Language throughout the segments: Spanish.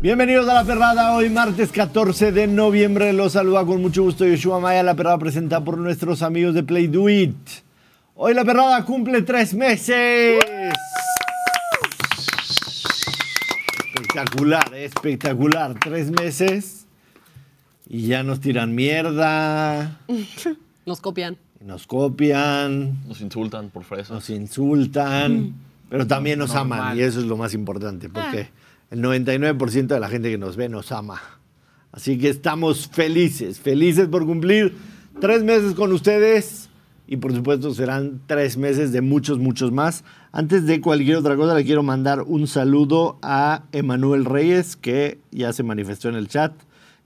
Bienvenidos a La Perrada, hoy martes 14 de noviembre. Los saluda con mucho gusto Yoshua Maya, La Perrada presenta por nuestros amigos de Play Do It. Hoy La Perrada cumple tres meses. Espectacular, espectacular. Tres meses y ya nos tiran mierda, Nos copian. nos copian, Nos insultan por fresa. nos insultan, pero también nos aman y eso es lo más importante porque el 99% de la gente que nos ve nos ama. Así que estamos felices, felices por cumplir tres meses con ustedes y por supuesto serán tres meses de muchos, muchos más. Antes de cualquier otra cosa le quiero mandar un saludo a Emanuel Reyes que ya se manifestó en el chat.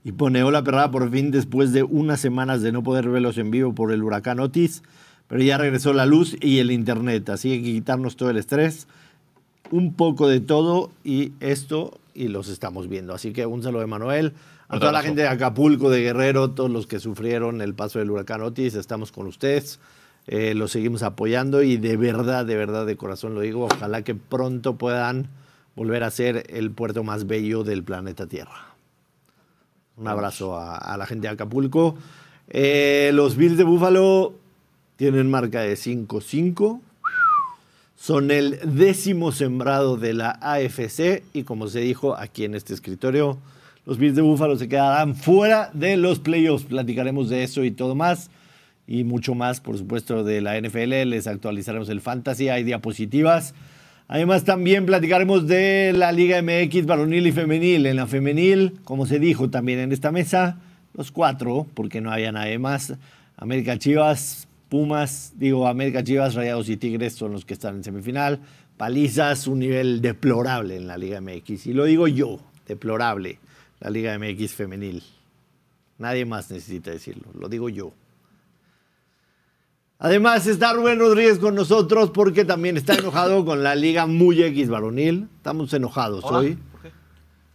Y pone hola perrada por fin después de unas semanas de no poder verlos en vivo por el huracán Otis. Pero ya regresó la luz y el internet, así que hay que quitarnos todo el estrés, un poco de todo y esto, y los estamos viendo. Así que un saludo de Manuel, a toda la Abrazo. gente de Acapulco, de Guerrero, todos los que sufrieron el paso del huracán Otis, estamos con ustedes, eh, los seguimos apoyando y de verdad, de verdad, de corazón lo digo, ojalá que pronto puedan volver a ser el puerto más bello del planeta Tierra. Un abrazo a, a la gente de Acapulco. Eh, los Bills de Búfalo tienen marca de 5-5. Son el décimo sembrado de la AFC y como se dijo aquí en este escritorio, los Bills de Búfalo se quedarán fuera de los playoffs. Platicaremos de eso y todo más y mucho más, por supuesto, de la NFL. Les actualizaremos el fantasy, hay diapositivas. Además, también platicaremos de la Liga MX varonil y femenil. En la femenil, como se dijo también en esta mesa, los cuatro, porque no había nadie más. América Chivas, Pumas, digo, América Chivas, Rayados y Tigres son los que están en semifinal. Palizas, un nivel deplorable en la Liga MX. Y lo digo yo, deplorable, la Liga MX femenil. Nadie más necesita decirlo, lo digo yo. Además está Rubén Rodríguez con nosotros porque también está enojado con la Liga Muy X varonil. Estamos enojados Hola. hoy.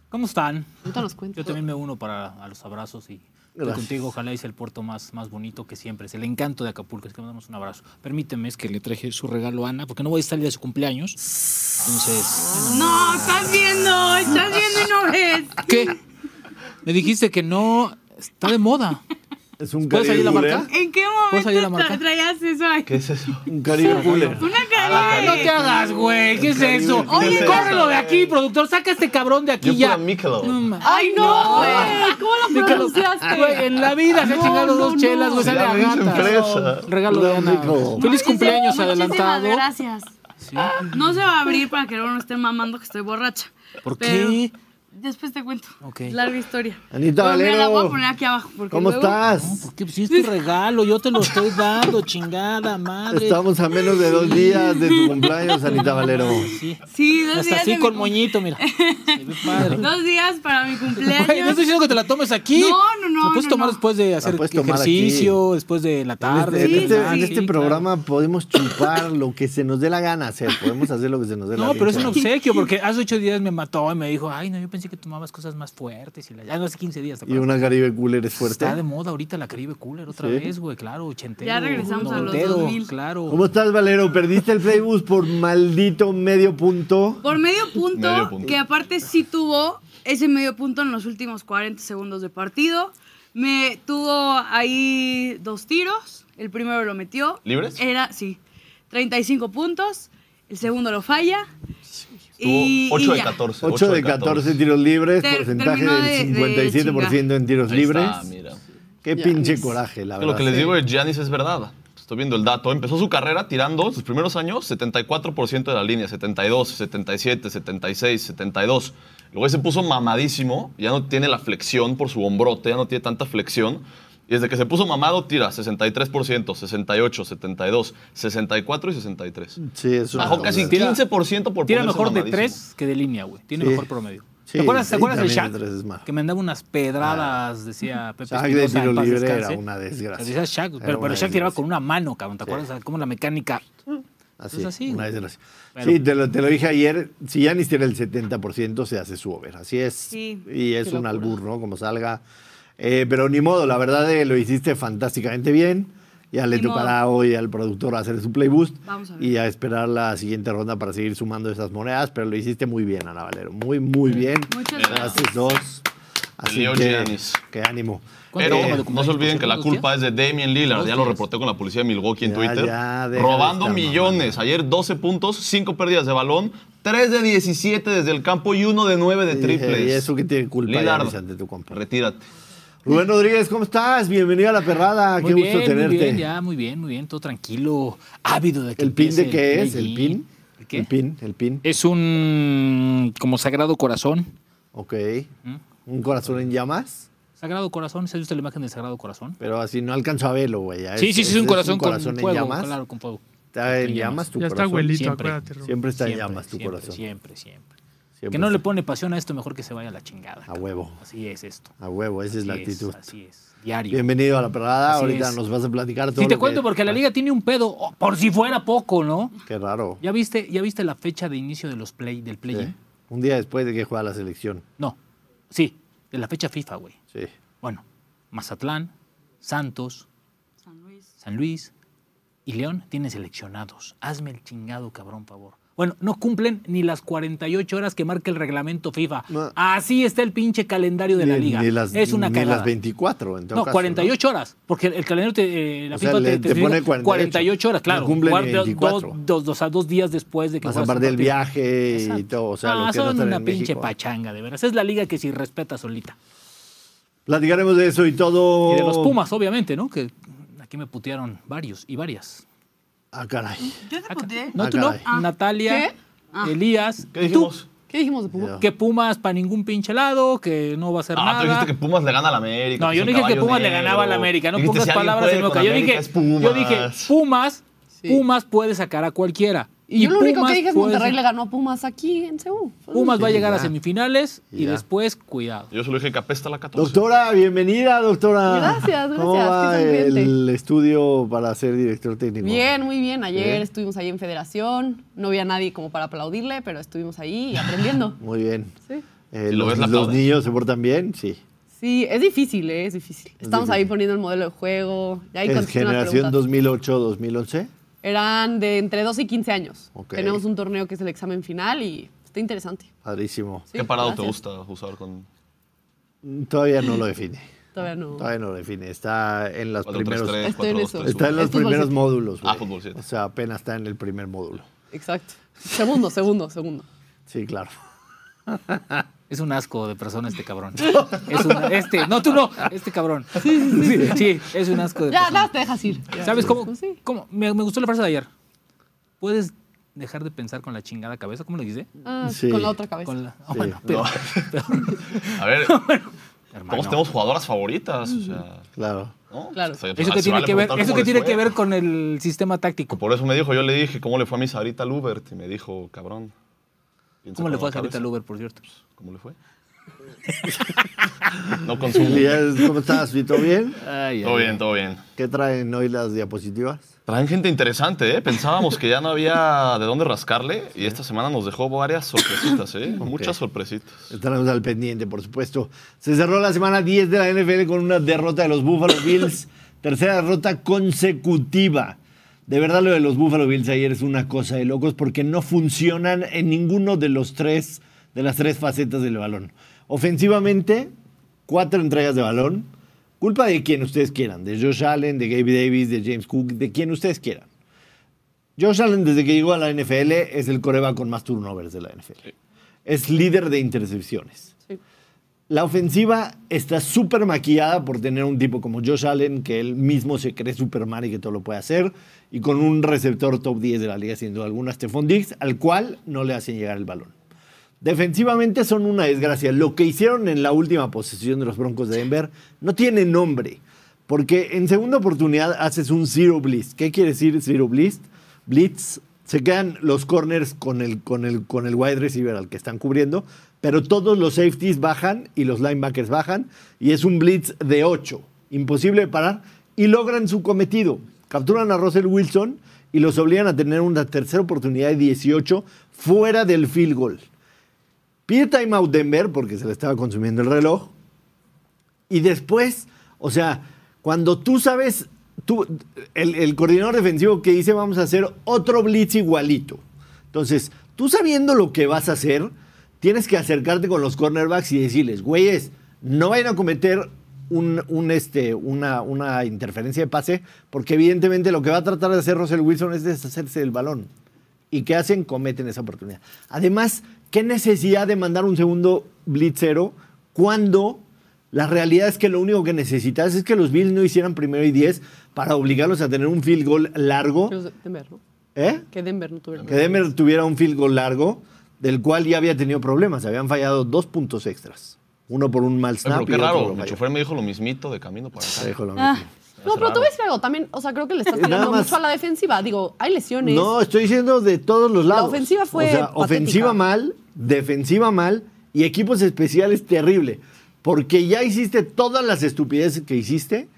¿Cómo están? Cuéntanos, cuéntanos. Pues, Yo también me uno para a los abrazos y estoy Gracias. contigo. Ojalá es el puerto más, más bonito que siempre. Es el encanto de Acapulco. Es que mandamos un abrazo. Permíteme, es que le traje su regalo a Ana, porque no voy a estar el día de su cumpleaños. Entonces, No, estás viendo, estás viendo y no ves. ¿qué? Me dijiste que no. Está de moda. Es un ¿Puedes Caribe salir la Cooler. marca? ¿En qué ¿Puedo salir a momento marcar? tra- traías eso ahí? ¿Qué es eso? Un Caribe Cooler. Una cara No te hagas, güey. ¿Qué es eso? Oye, Oye, córrelo de aquí, productor. Saca a este cabrón de Yo aquí pura ya. Michelob. No, ma- ¡Ay, no, güey! ¿Cómo lo Déjalo. pronunciaste? Güey, en la vida se No, chingaron no, dos chelas, güey. no. Sale Ya a me hice fresa. Regalo de Ana. Rico. Feliz cumpleaños adelantado. Muchísimas gracias. Sí. No se va a abrir para que luego no estén mamando que estoy borracha. ¿Por Pero qué? Después te cuento. Ok. Larga historia. Anita Pero mira, la voy a Valero. poner aquí abajo. Porque ¿Cómo luego- estás? ¿Por qué? Pues si es tu regalo, yo te lo estoy dando, chingada madre. Estamos a menos de dos días de tu cumpleaños, Anita Valero. Este, Sí. Sí, dos Hasta días. así de mi con cum- moñito, mira. Se ve padre. Dos días para mi Güey, no cumpleaños. estoy diciendo que te la tomes aquí. No, no, no, La puedes no, tomar no. después de hacer puedes tomar ejercicio, después de la En tarde. este, en este- carnal, en sí, este claro. programa podemos chupar lo que se nos dé la gana hacer. Podemos hacer lo que se nos dé la No, gana. pero es un obsequio, porque hace ocho días me mató y me dijo, ay, no, yo pensé que tomabas cosas más fuertes. Y la... Ya no hace 15 días. ¿te Y acuerdas? una Caribe Cooler es fuerte. Está de moda ahorita la Caribe Cooler otra Sí. vez, güey, claro, ochentero. Ya regresamos a los noventero, 2000. Claro. ¿Cómo estás, Valero? Perdiste el Playbus por maldito medio punto. Por medio punto, Medio punto. que aparte sí tuvo ese medio punto en los últimos 40 segundos de partido. Me tuvo ahí dos tiros. El primero lo metió. ¿Libres? Era, sí, 35 puntos. El segundo lo falla. Y- Tuvo 8 y de ya. 14. 8 de 14 tiros libres, Ter- porcentaje terminó de- del de 57% en tiros libres. Ah, mira. Qué pinche coraje, la verdad. eh. Lo que les Sí. digo de Giannis es verdad. Estoy viendo el dato. Empezó su carrera tirando en sus primeros años 74% de la línea, 72, 77, 76, 72. Luego ahí se puso mamadísimo, ya no tiene la flexión por su hombrote, ya no tiene tanta flexión. Y desde que se puso mamado tira 63%, 68, 72, 64 y 63. Sí, es una Bajó casi locura. Tira- 15% por Tira ponerse mejor de mamadísimo. tres que de línea, güey. Tiene Sí. mejor promedio. Sí, ¿Te acuerdas, sí, ¿te acuerdas del también Shaq? de tres es malo. Que mandaba unas pedradas, decía Pepe. Shaq de Espinosa, tiro en paz libre descanse. era una desgracia. Decía Shaq, Era pero, una pero Shaq tiraba desgracia. con una mano, cabrón. ¿Te acuerdas? Como la mecánica. Así, Pues así, una güey. desgracia. Pero- sí, te lo, te lo dije ayer. Si Yanis tiene el 70%, se hace su over. Así es. Sí. Y es un albur, ¿no? Como salga. Eh, pero ni modo, la verdad eh, lo hiciste fantásticamente bien. Ya le Ni tocará hoy al productor hacer su play boost Vamos a ver. y a esperar la siguiente ronda para seguir sumando esas monedas, pero lo hiciste muy bien, Ana Valero. Muy, muy bien. Muchas Haces gracias. dos. Así Leo que, Giannis. qué ánimo. Pero ¿Cuánto toma de no se cumpleaños, pues, olviden que la por culpa es de Damian Lillard. Dos Ya lo días. reporté con la policía de Milwaukee en Ya, Twitter. ya, deja de robando estar millones. mamando. Ayer 12 puntos, 5 pérdidas de balón, 3 de 17 desde el campo y 1 de 9 de Sí, triples. Eh, y eso que tiene culpa Lillard, Giannis ante tu compa. retírate. Rubén Rodríguez, ¿cómo estás? Bienvenido a La Perrada. Ah, Muy qué bien, gusto tenerte. Muy bien, ya, muy bien, muy bien, todo tranquilo, ávido de que ¿El pin empiece de qué es? ¿El play-in. pin? ¿El qué? Eh. El pin, el pin. Es un como Sagrado Corazón. Ok. ¿m? Un corazón en llamas, Sagrado Corazón, ¿se ha visto la imagen del Sagrado Corazón? pero así no alcanzo a verlo, güey. Ya sí, sí, sí, es un corazón, corazón con en fuego, llamas. claro, con fuego. Está en llamas tu Ya está corazón. abuelito, siempre. acuérdate, Rubén. Siempre está en Siempre, llamas tu siempre, corazón. Siempre, siempre. Siempre Que no le está. pone pasión a esto, mejor que se vaya a la chingada. Pues A huevo, Así es esto. a huevo, esa es la Así actitud. así es, diario. Bienvenido a la perrada. Así Ahorita es. nos vas a platicar todo. Sí te lo cuento que- porque la liga tiene un pedo, oh, por si fuera poco, ¿no? Qué raro. ¿Ya viste, ya viste la fecha de inicio de los play, del play? Sí. Un día después de que juega la selección. No, sí, de la fecha FIFA, güey. Sí. Bueno, Mazatlán, Santos, San Luis. San Luis y León tienen seleccionados. Hazme el chingado, cabrón, favor. Bueno, no cumplen ni las 48 horas que marca el reglamento FIFA. No. Así está el pinche calendario de la Ni- liga. Ni las, es una ni cagada. las 24, en todo No, caso, 48 horas, porque el calendario, te, eh, la O sea, FIFA te- le- te, te pone digo 48. horas, claro. No cumple ni Guarda- 24. Dos, dos- dos- a dos días después de que Más juegas aparte del el partido. viaje y Exacto. todo. O sea, No, lo que no son están una en pinche México. pachanga, de veras. Es la liga que si respeta solita. Platicaremos de eso y todo. Y de los Pumas, obviamente, ¿no? Que aquí me putearon varios y varias. Ah, caray. Yo te puteé. No, Ah, tú no. caray. Ah, Natalia, ¿qué? Ah. Elías. ¿Qué ¿y tú? dijimos? ¿Qué dijimos de Pumas? Que Pumas para ningún pinche lado, que no va a ser Ah, tú nada. dijiste que Pumas le gana al América. No, que yo es un no dije que caballo Pumas le negro. ganaba al América. No Dijiste, pongas si alguien palabras puede de boca. con Yo América, dije, es Pumas. yo dije, Pumas, Sí. Pumas puede sacar a cualquiera. Y, yo lo único que Pumas dije es puede- Monterrey le ganó a Pumas aquí en Seúl. Pumas va a Sí, llegar a ya. semifinales y Ya. después, cuidado. Yo solo dije que apesta la 14. Doctora, bienvenida, doctora. Gracias, ¿Cómo gracias, va qué sonriente. el estudio para ser director técnico? Bien, muy bien. Ayer Bien. estuvimos ahí en Federación. No había nadie como para aplaudirle, pero estuvimos ahí y aprendiendo. Muy bien. Sí. Eh, Si lo los, ves, la los aplaudes. niños se portan bien, sí. Sí, es difícil, ¿eh? es difícil. Estamos ahí difícil. poniendo el modelo de juego. Ya ahí ¿Es contesté unas generación preguntas. 2008-2011? Eran de entre 12 y 15 años. Ok. Tenemos un torneo que es el examen final y está interesante. Padrísimo. Sí, ¿Qué parado te gracias. gusta usar con Todavía no lo define. Todavía no. Todavía no lo define. Está en los 4 3 primeros, 3 Estoy en 4 2 eso. 3 está en los Este Es fútbol primeros siete. módulos. güey. Ah, fútbol siete. O sea, apenas está en el primer módulo. Exacto. Segundo, segundo, segundo. Sí, claro. Es un asco de persona este cabrón. Es un- este, no, tú no, este cabrón. Sí, sí, es un asco de Ya, persona. nada, te dejas ir. Ya. Pues, ¿Sabes cómo? Pues Sí. cómo? Me, me gustó la frase de ayer. ¿Puedes dejar de pensar con la chingada cabeza? ¿Cómo lo dijiste? Ah, Sí. Con la otra cabeza. Con la... Ah, bueno, pero, A ver, hermano, todos tenemos jugadoras favoritas, o sea, Claro. ¿no? Claro. O sea, ¿Eso si que tiene Ah, vale que ver, preguntar eso cómo que les tiene fue. que ver con el sistema táctico? Por eso me dijo, yo le dije cómo le fue a mi Sarita Lubert y me dijo, cabrón. piensa ¿Cómo con le la fue a cabeza. Sarita Luber, por cierto? ¿Cómo le fue? no consumo. Elías, ¿Cómo estás? ¿Todo bien? Todo bien, todo bien. ¿Qué traen hoy las diapositivas? Traen gente interesante, ¿eh? Pensábamos que ya no había de dónde rascarle y esta semana nos dejó varias sorpresitas, ¿eh? Muchas sorpresitas. Estaremos al pendiente, por supuesto. Se cerró la semana 10 de la NFL con una derrota de los Buffalo Bills, tercera derrota consecutiva. De verdad, lo de los Buffalo Bills ayer es una cosa de locos porque no funcionan en ninguno de los tres, de las tres facetas del balón. Ofensivamente, cuatro entregas de balón, culpa de quien ustedes quieran, de Josh Allen, de Gabe Davis, de James Cook, de quien ustedes quieran. Josh Allen, desde que llegó a la NFL, es el coreba con más turnovers de la NFL. Es líder de intercepciones. Sí. La ofensiva está súper maquillada por tener un tipo como Josh Allen, que él mismo se cree Superman y que todo lo puede hacer, y con un receptor top 10 de la liga, sin duda alguna, Stephon Diggs, al cual no le hacen llegar el balón. Defensivamente son una desgracia. Lo que hicieron en la última posesión de los Broncos de Denver no tiene nombre. Porque en segunda oportunidad haces un zero blitz. ¿Qué quiere decir zero blitz? Blitz. Se quedan los corners con el, con, el, con el wide receiver al que están cubriendo, pero todos los safeties bajan y los linebackers bajan, y es un blitz de 8, imposible de parar, y logran su cometido. Capturan a Russell Wilson y los obligan a tener una tercera oportunidad de 18 fuera del field goal. Pide timeout Denver porque se le estaba consumiendo el reloj. Y después, o sea, cuando tú sabes tú, el, el coordinador defensivo que dice vamos a hacer otro blitz igualito. Entonces, tú sabiendo lo que vas a hacer, tienes que acercarte con los cornerbacks y decirles, güeyes, no vayan a cometer un, un, este, una, una interferencia de pase, porque evidentemente lo que va a tratar de hacer Russell Wilson es deshacerse del balón. ¿Y qué hacen? Cometen esa oportunidad. Además, ¿qué necesidad de mandar un segundo blitzero cuando la realidad es que lo único que necesitas es que los Bills no hicieran primero y 10 para obligarlos a tener un field goal largo? Los de Denver, ¿no? ¿Eh? Que Denver no tuvieron. Que Denver tuviera un field goal largo, del cual ya había tenido problemas. Habían fallado dos puntos extras. Uno por un mal Oye, snap pero y qué otro por raro, un mi fallo. chofer me dijo lo mismito de camino para Te acá. dejo lo Ah. mismo. No, pero raro. tú ves algo también. O sea, creo que le estás Nada tirando más. mucho a la defensiva. Digo, hay lesiones. No, estoy diciendo de todos los lados. ofensiva fue O sea, patética. ofensiva mal, defensiva mal y equipos especiales terrible. Porque ya hiciste todas las estupideces que hiciste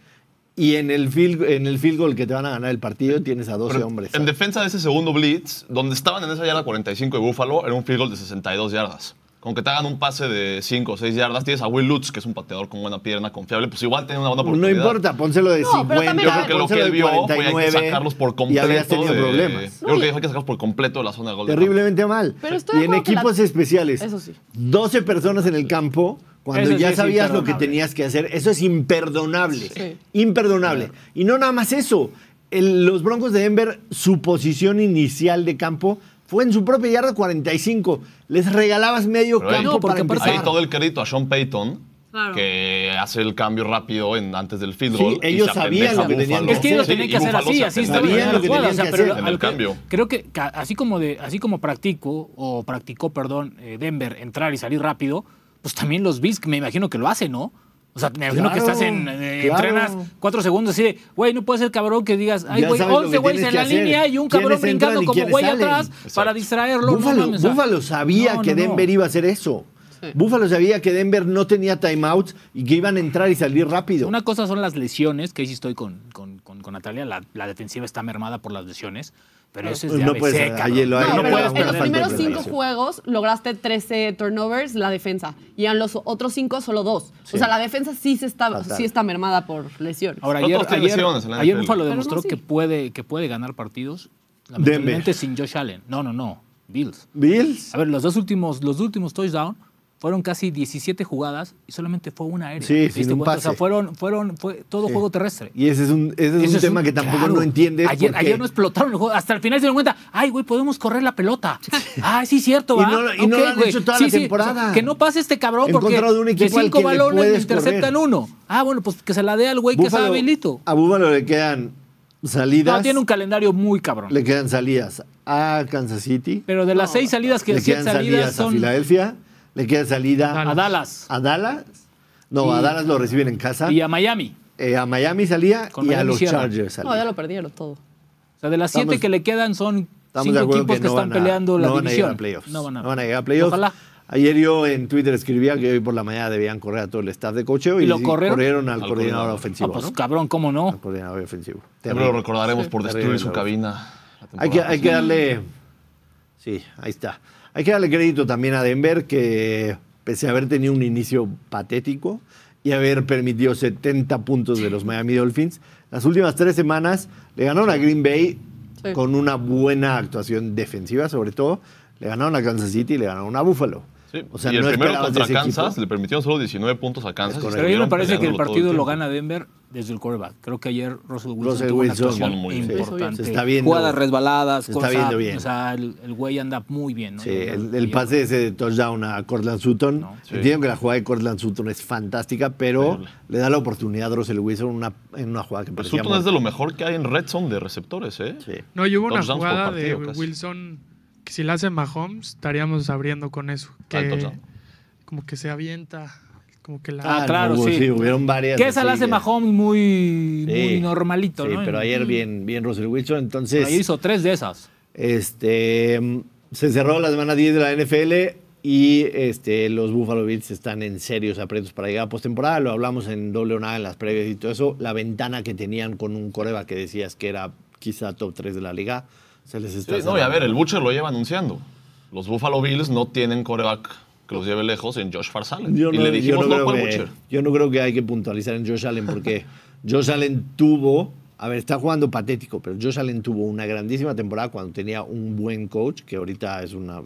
y en el field, en el field goal que te van a ganar el partido tienes a 12 Pero hombres. En defensa de ese segundo blitz, donde estaban en esa yarda 45 de Buffalo, era un field goal de 62 yardas. Con que te hagan un pase de 5 o 6 yardas, tienes a Will Lutz, que es un pateador con buena pierna, confiable, pues igual tiene una buena No oportunidad. importa, pónselo de No, pero 50, también- Yo creo que lo que pónselo él de vio, güey, hay 49 que sacarlos por completo. y habías tenido de- problemas. Yo creo que No, y- hay que sacarlos por completo de la zona de gol. de campo. Terriblemente mal. Pero estoy de y en acuerdo que la- equipos especiales. Eso sí. 12 personas en el campo cuando Eso sí ya es sabías lo que imperdonable. tenías que hacer. Eso es imperdonable. Sí. Imperdonable. Y no nada más eso. El- los Broncos de Denver, su posición inicial de campo fue en su propia yarda 45. Les regalabas medio Pero ahí- campo No, porque para aparte- empezar. Ahí todo el crédito a Sean Payton. Claro. Que hace el cambio rápido en, antes del field Sí, goal. y ellos se sabían apendeja lo que tenían Buffalo. que Es que ellos Sí, lo tenían y que hacer Buffalo así, se así apendeja. estaba Sabían planeada lo que la jugada, tenían que pero hacer. En a lo el que- cambio. Creo que ca- así como, de, así como practico o practicó, perdón, eh, Denver entrar y salir rápido, pues también los Bills me imagino que lo hacen, ¿no? O sea, me imagino que Claro, estás en. eh, claro. Entrenas cuatro segundos así de, güey, no puede ser cabrón que digas, ay, Ya güey, sabes lo 11 que güeyes tienes en que la hacer. línea y ¿Quiénes un cabrón entran brincando y como quiénes güey salen? atrás para distraerlo. no Búfalo, mames, o sea, Búfalo sabía no, que no, no. Denver iba a hacer eso. Búfalo sabía que Denver no tenía timeouts y que iban a entrar y salir rápido. Una cosa son las lesiones, que ahí sí estoy con, con, con- con Natalia, la, la defensiva está mermada por las lesiones, pero eso es de Pues No ABC, puedes, cabrón. ayer lo- No, Ahí pero no puedes en tener los falta de primeros cinco preparación. juegos lograste 13 turnovers la defensa. Y en los otros cinco solo dos. O sea, la defensa sí, se está, Fatal. sí está mermada por lesiones. Ahora, No ayer, todos tienen ayer, lesiones en la ayer NFL. Buffalo Pero no demostró así. que, puede, que puede ganar partidos, lamentablemente sin Josh Allen. No, no, no, Bills. Bills. A ver, los dos últimos, los dos últimos touchdowns fueron casi 17 jugadas y solamente fue una aérea. Sí, ¿Te sin diste un cuenta? O pase. sea, fueron, fueron, fue todo juego terrestre. Y ese es un, ese es Ese un es tema un- que tampoco claro. no entiendes. Ayer, porque- ayer no explotaron el juego. Hasta el final se dieron cuenta. Ay, güey, podemos correr la pelota. Ah, sí, cierto. Y ¿va? no lo- y no lo Ok, han güey. hecho toda la temporada. que no pase este cabrón En porque contra de un equipo al cinco que le balones le puedes interceptan correr. uno. Ah, bueno, pues que se la dé al güey que Búfalo- sabe habilito. A Búfalo le quedan salidas. No, tiene un calendario muy cabrón. Le quedan salidas a Kansas City. Pero de las seis salidas que le siete quedan salidas salidas a son Filadelfia. Le queda salida a Dallas a Dallas. No, a Dallas lo reciben en casa. y a Miami. Eh, a Miami salía Con y a Miami los cierra. Chargers salía. No, ya lo perdieron todo. O sea, de las siete Estamos- que le quedan son Estamos de cinco acuerdo equipos que, que, no están van a- peleando la no van a llegar división. a playoffs. No van a- llegar a playoffs. Ojalá. Ayer yo en Twitter escribía que hoy por la mañana debían correr a todo el staff de cocheo y, ¿Y lo corrieron? al, Al coordinador, coordinador. ofensivo. Ah, pues ¿no? cabrón, ¿cómo no? Al coordinador ofensivo. Siempre lo recordaremos por destruir Terrible, su la verdad. cabina. la Hay que, temporada hay que darle. Sí, ahí está. Hay que darle crédito también a Denver, que pese a haber tenido un inicio patético y haber permitido 70 puntos de los Miami Dolphins, las últimas tres semanas le ganaron a Green Bay Sí. con una buena actuación defensiva, sobre todo. Le ganaron a Kansas City y le ganaron a Buffalo. Sí, O sea, y el no primero esperabas de contra ese Kansas equipo. le permitieron solo 19 puntos a Kansas. correcto. Pero a mí me parece que el partido lo gana gana Denver desde el quarterback. Creo que ayer Russell Wilson Russell tuvo una Wilson, actuación muy bien. importante. Se está viendo- Jugadas resbaladas, se está cosas- viendo bien. O sea, el el güey anda muy bien. ¿no? Sí, Yo creo el, que el ya- pase ese de touchdown a Cortland Sutton. Sí. Entiendo que la jugada de Cortland Sutton es fantástica, pero Terrible. le da la oportunidad a Russell Wilson en una, en una jugada que Pues parecía Sutton es muerta. de lo mejor que hay en Red Zone de receptores, ¿eh? Sí. No, y hubo una Touchdowns por jugada partido, de casi. Wilson que si la hace Mahomes estaríamos abriendo con eso. Ah, el Que touchdown. como que se avienta, como que la... Ah, claro, hubo- sí. hubieron varias. Que esa la así hace que- Mahomes muy, muy Sí. normalito, Sí, ¿no? pero ayer bien, bien Russell Wilson. Entonces, Ayer hizo tres de esas. este, mm, se cerró la semana 10 de la NFL y este, los Buffalo Bills están en serios aprietos para llegar a postemporada. Lo hablamos en doble o nada en las previas y todo eso. La ventana que tenían con un coreba que decías que era quizá top 3 de la liga. Se les Sí, está no, y a cerrando. ver, el Butcher lo lleva anunciando. Los Buffalo Bills no tienen coreback que los lleve lejos en Josh Farsalen. Yo y no, le dijimos yo no no, creo al que, Butcher. yo no creo que hay que puntualizar en Josh Allen porque Josh Allen tuvo A ver, está jugando patético, pero Josh Allen tuvo una grandísima temporada cuando tenía un buen coach, que ahorita es una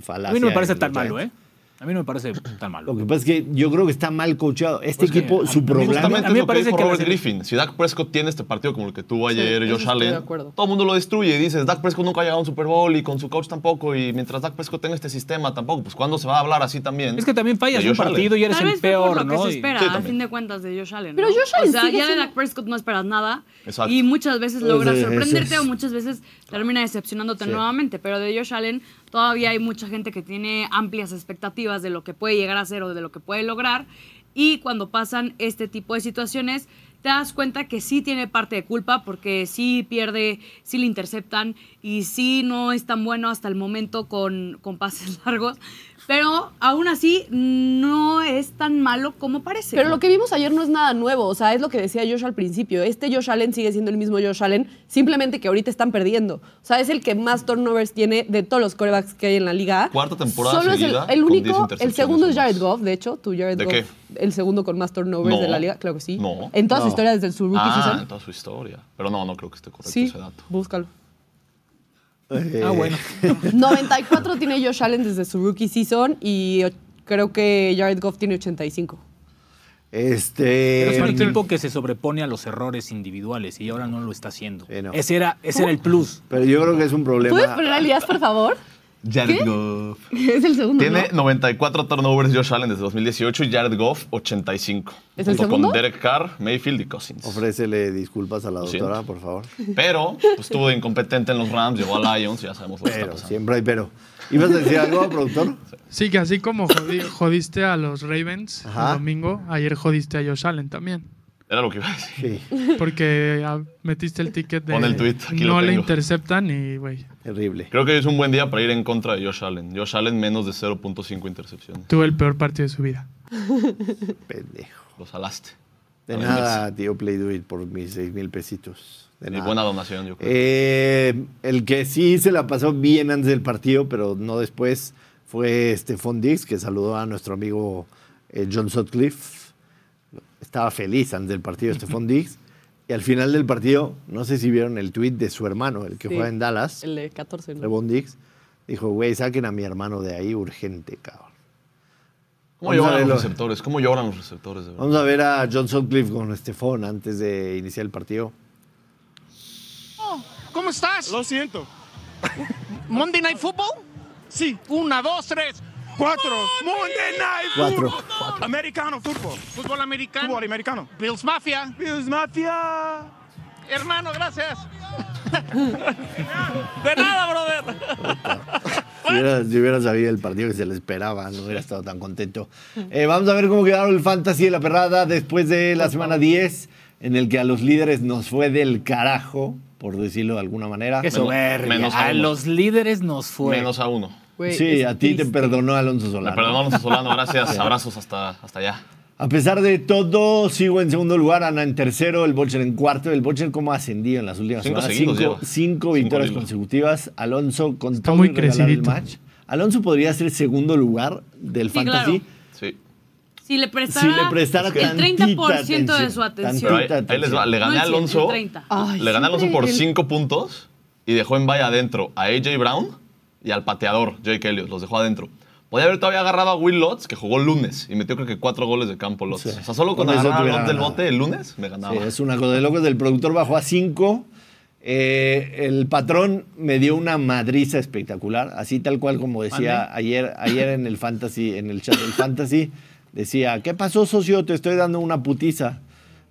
falacia. A mí no me parece en tan los malo, Giants. ¿eh? A mí no me parece tan malo. Lo que pasa es que yo creo que está mal coacheado. Este Pues que equipo, a- a su mí programa. justamente- Exactamente A mí me es lo que parece dijo que Robert las- Griffin. Si Dak Prescott tiene este partido como el que tuvo ayer Sí, eso Josh estoy de Allen, acuerdo. todo el mundo lo destruye y dices, Dak Prescott nunca ha llegado a un Super Bowl y con su coach tampoco. Y mientras Dak Prescott tenga este sistema tampoco, pues ¿cuándo se va a hablar así también? Es que también fallas De un Josh Allen. partido y eres Tal el vez fue por peor, lo que ¿no? se Y- espera, Sí, a también. fin de cuentas, de Josh Allen. Pero ¿no? Josh Allen O sea, sigue ya de siendo- Dak Prescott no esperas nada. Exacto. Y muchas veces logra Sí, sí, sorprenderte sí. o muchas veces termina decepcionándote Sí. nuevamente. Pero de Josh Allen todavía hay mucha gente que tiene amplias expectativas de lo que puede llegar a ser o de lo que puede lograr. Y cuando pasan este tipo de situaciones, te das cuenta que sí tiene parte de culpa porque sí pierde, sí le interceptan y sí no es tan bueno hasta el momento con, con pases largos. Pero aún así no es tan malo como parece. Pero lo que vimos ayer no es nada nuevo, o sea, es lo que decía Josh al principio. Este Josh Allen sigue siendo el mismo Josh Allen, simplemente que ahorita están perdiendo. O sea, es el que más turnovers tiene de todos los corebacks que hay en la liga. Cuarta temporada Solo es el, seguida el con 10 único, el intercepciones segundo o es Jared más. Goff, de hecho, tú Jared ¿De Goff, qué? el segundo con más turnovers No. de la liga, claro que sí. No. En toda su No. historia desde su rookie Ah, en season. toda su historia. Pero no, no creo que esté correcto Sí, ese dato. búscalo. eh, Ah, bueno. 94 tiene Josh Allen desde su rookie season y och- creo que Jared Goff tiene 85. Este. Pero es un Aparte- equipo que se sobrepone a los errores individuales y ahora no lo está haciendo. Sí, no. Ese, era, ese era el plus. Pero yo creo que es un problema. ¿Puedes poner a Elías, por favor? Jared Goff. Es el segundo. Tiene ¿no? 94 turnovers Josh Allen desde 2018 y Jared Goff 85. ¿Es el junto segundo? con Derek Carr, Mayfield y Cousins. Ofrécele disculpas a la siento. doctora, por favor. Pero pues, estuvo de incompetente en los Rams, llegó a Lions, ya sabemos lo que está Pero, pasando. siempre hay pero. ¿Ibas a decir algo, productor? Sí, que así como jodi- jodiste a los Ravens Ajá. el domingo, ayer jodiste a Josh Allen también. Era lo que iba a decir. Sí, Porque ah, metiste el ticket de Pon el tweet, aquí lo no le tengo. interceptan y, güey, terrible. Creo que hoy es un buen día para ir en contra de Josh Allen. Josh Allen menos de 0.5 intercepciones. tuvo el peor partido de su vida. Pendejo. Lo salaste. De A la nada, tío Play Do It, por mis seis mil pesitos. De inversa. Y nada. buena donación, yo creo. Eh, el que sí se la pasó bien antes del partido, pero no después, fue Stephon Dix, que saludó a nuestro amigo eh, John Sutcliffe. Estaba feliz antes del partido Stephon Dix. Y al final del partido, no sé si vieron el tweet de su hermano, el que Sí. juega en Dallas, El de 14. ¿no? Stephon Dix. Dijo, güey, saquen a mi hermano de ahí urgente, cabrón. ¿Cómo vamos a lloran verlo. los receptores? ¿Cómo lloran los receptores? De verdad? Vamos a ver a John Sutcliffe con Stephon antes de iniciar el partido. ¿Cómo estás? Lo siento. ¿Monday Night Football? Sí. Una, dos, tres. Cuatro. Monday Night Cuatro. Football. Americano Fútbol. Fútbol americano. Fútbol americano. Bills Mafia. Bills Mafia. Hermano, gracias. De nada, brother. Si hubiera, si hubiera sabido el partido que se le esperaba, no hubiera estado tan contento. Eh, vamos a ver cómo quedaron el fantasy de la perrada después de la semana 10, en el que a los líderes nos fue del carajo, por decirlo de alguna manera. Qué soberbia. menos a uno. los líderes nos fue. Menos a uno. Güey, Sí, es a ti te triste. perdonó Alonso Le Solano. perdonamos a Solano, gracias. Abrazos hasta, hasta allá. A pesar de todo, sigo en segundo lugar, Ana en tercero, el Bolcher en cuarto. El Bolcher como ha ascendido en las últimas Cinco semanas. seguidos cinco, lleva. cinco Cinco victorias ligas. consecutivas. Alonso con Está todo muy y regalar el crecidito. match. Alonso podría ser segundo lugar del Sí, fantasy. claro. Sí. Si le prestara, si le prestara el 30% de su atención. Pero ahí, ahí les va. Le gané a No, el cien, el Alonso. 30. Ay, Le gané a Alonso siempre por el- 5 puntos y dejó en valla adentro a AJ Brown y al pateador Jake Elliott. Los dejó adentro. Podía haber todavía agarrado a Will Lotz, que jugó el lunes y metió creo que cuatro goles de campo Lotz. Sí. O sea, solo con, Con eso agarrar a tuviera Lotz del ganado. bote el lunes me ganaba. Sí, es una cosa de locos. El productor bajó a 5. el patrón me dio una madriza espectacular, así tal cual como decía ayer, ayer en el fantasy, en el chat del fantasy, decía, ¿qué pasó, socio? Te estoy dando una putiza.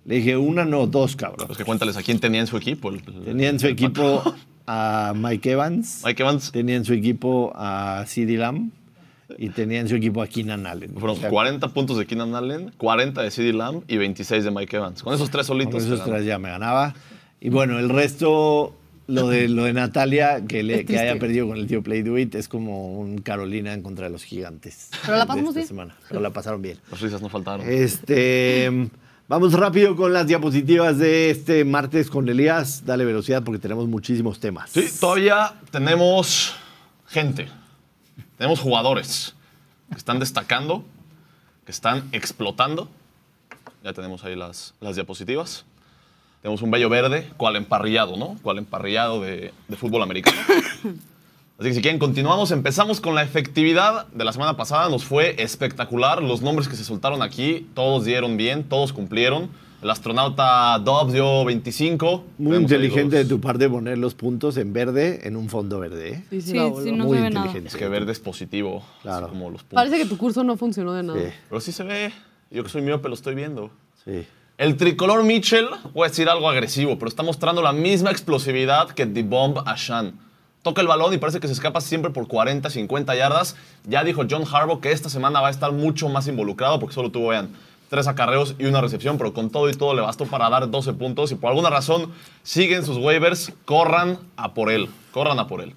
Le dije, una no, dos, cabrón. Pues que cuéntales a quién tenía en su equipo. el- el- Tenía en su el equipo patrón. a Mike Evans, Mike Evans. tenía en su equipo a CeeDee Lamb y tenía en su equipo a Keenan Allen. Fueron O sea, 40 puntos de Keenan Allen, 40 de CeeDee Lamb y 26 de Mike Evans. Con esos tres solitos. Con esos te ganan. tres ya me ganaba. Y bueno, el resto, lo de, lo de Natalia, que, le- Es que haya triste. perdido con el tío Play Do It, es como un Carolina en contra de los gigantes. Pero la de pasamos esta bien. semana. Pero la pasaron bien. Las risas no faltaron. Este, vamos rápido con las diapositivas de este martes con Elías. Dale velocidad porque tenemos muchísimos temas. Sí, todavía tenemos gente. Tenemos jugadores que están destacando, que están explotando. Ya tenemos ahí las, las diapositivas. Tenemos un bello verde, cual emparrillado, ¿no? Cual emparrillado de, de fútbol americano. Así que si quieren, continuamos. Empezamos con la efectividad de la semana pasada. Nos fue espectacular. Los nombres que se soltaron aquí, todos dieron bien, todos cumplieron. El astronauta Dobbs dio 25. Muy Tenemos ahí inteligente de dos. tu parte poner los puntos en verde en un fondo verde. ¿eh? Sí, sí, Sí, la voló. sí, no Muy se ve nada. inteligente. Es que verde es positivo. Claro. Claro. Como los puntos. Parece que tu curso no funcionó de nada. Sí, Pero sí se ve. Yo que soy miope lo estoy viendo. sí. El tricolor Mitchell, voy a decir algo agresivo, pero está mostrando la misma explosividad que The Bomb Ashan. Toca el balón y parece que se escapa siempre por 40, 50 yardas. Ya dijo John Harbaugh que esta semana va a estar mucho más involucrado porque solo tuvo, vean, tres acarreos y una recepción, pero con todo y todo le bastó para dar 12 puntos y por alguna razón siguen sus waivers, corran a por él, corran a por él.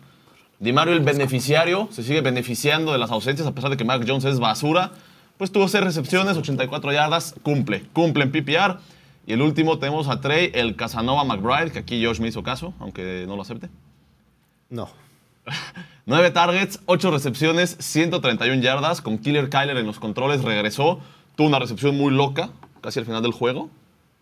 Di Mario, el beneficiario, se sigue beneficiando de las ausencias, a pesar de que Mac Jones es basura. Pues tuvo 6 recepciones, 84 yardas, cumple, cumple en PPR. Y el último tenemos a Trey, el Casanova McBride, que aquí Josh me hizo caso, aunque no lo acepte. No. 9 targets, 8 recepciones, 131 yardas, con Killer Kyler en los controles, regresó. Tuvo una recepción muy loca, casi al final del juego,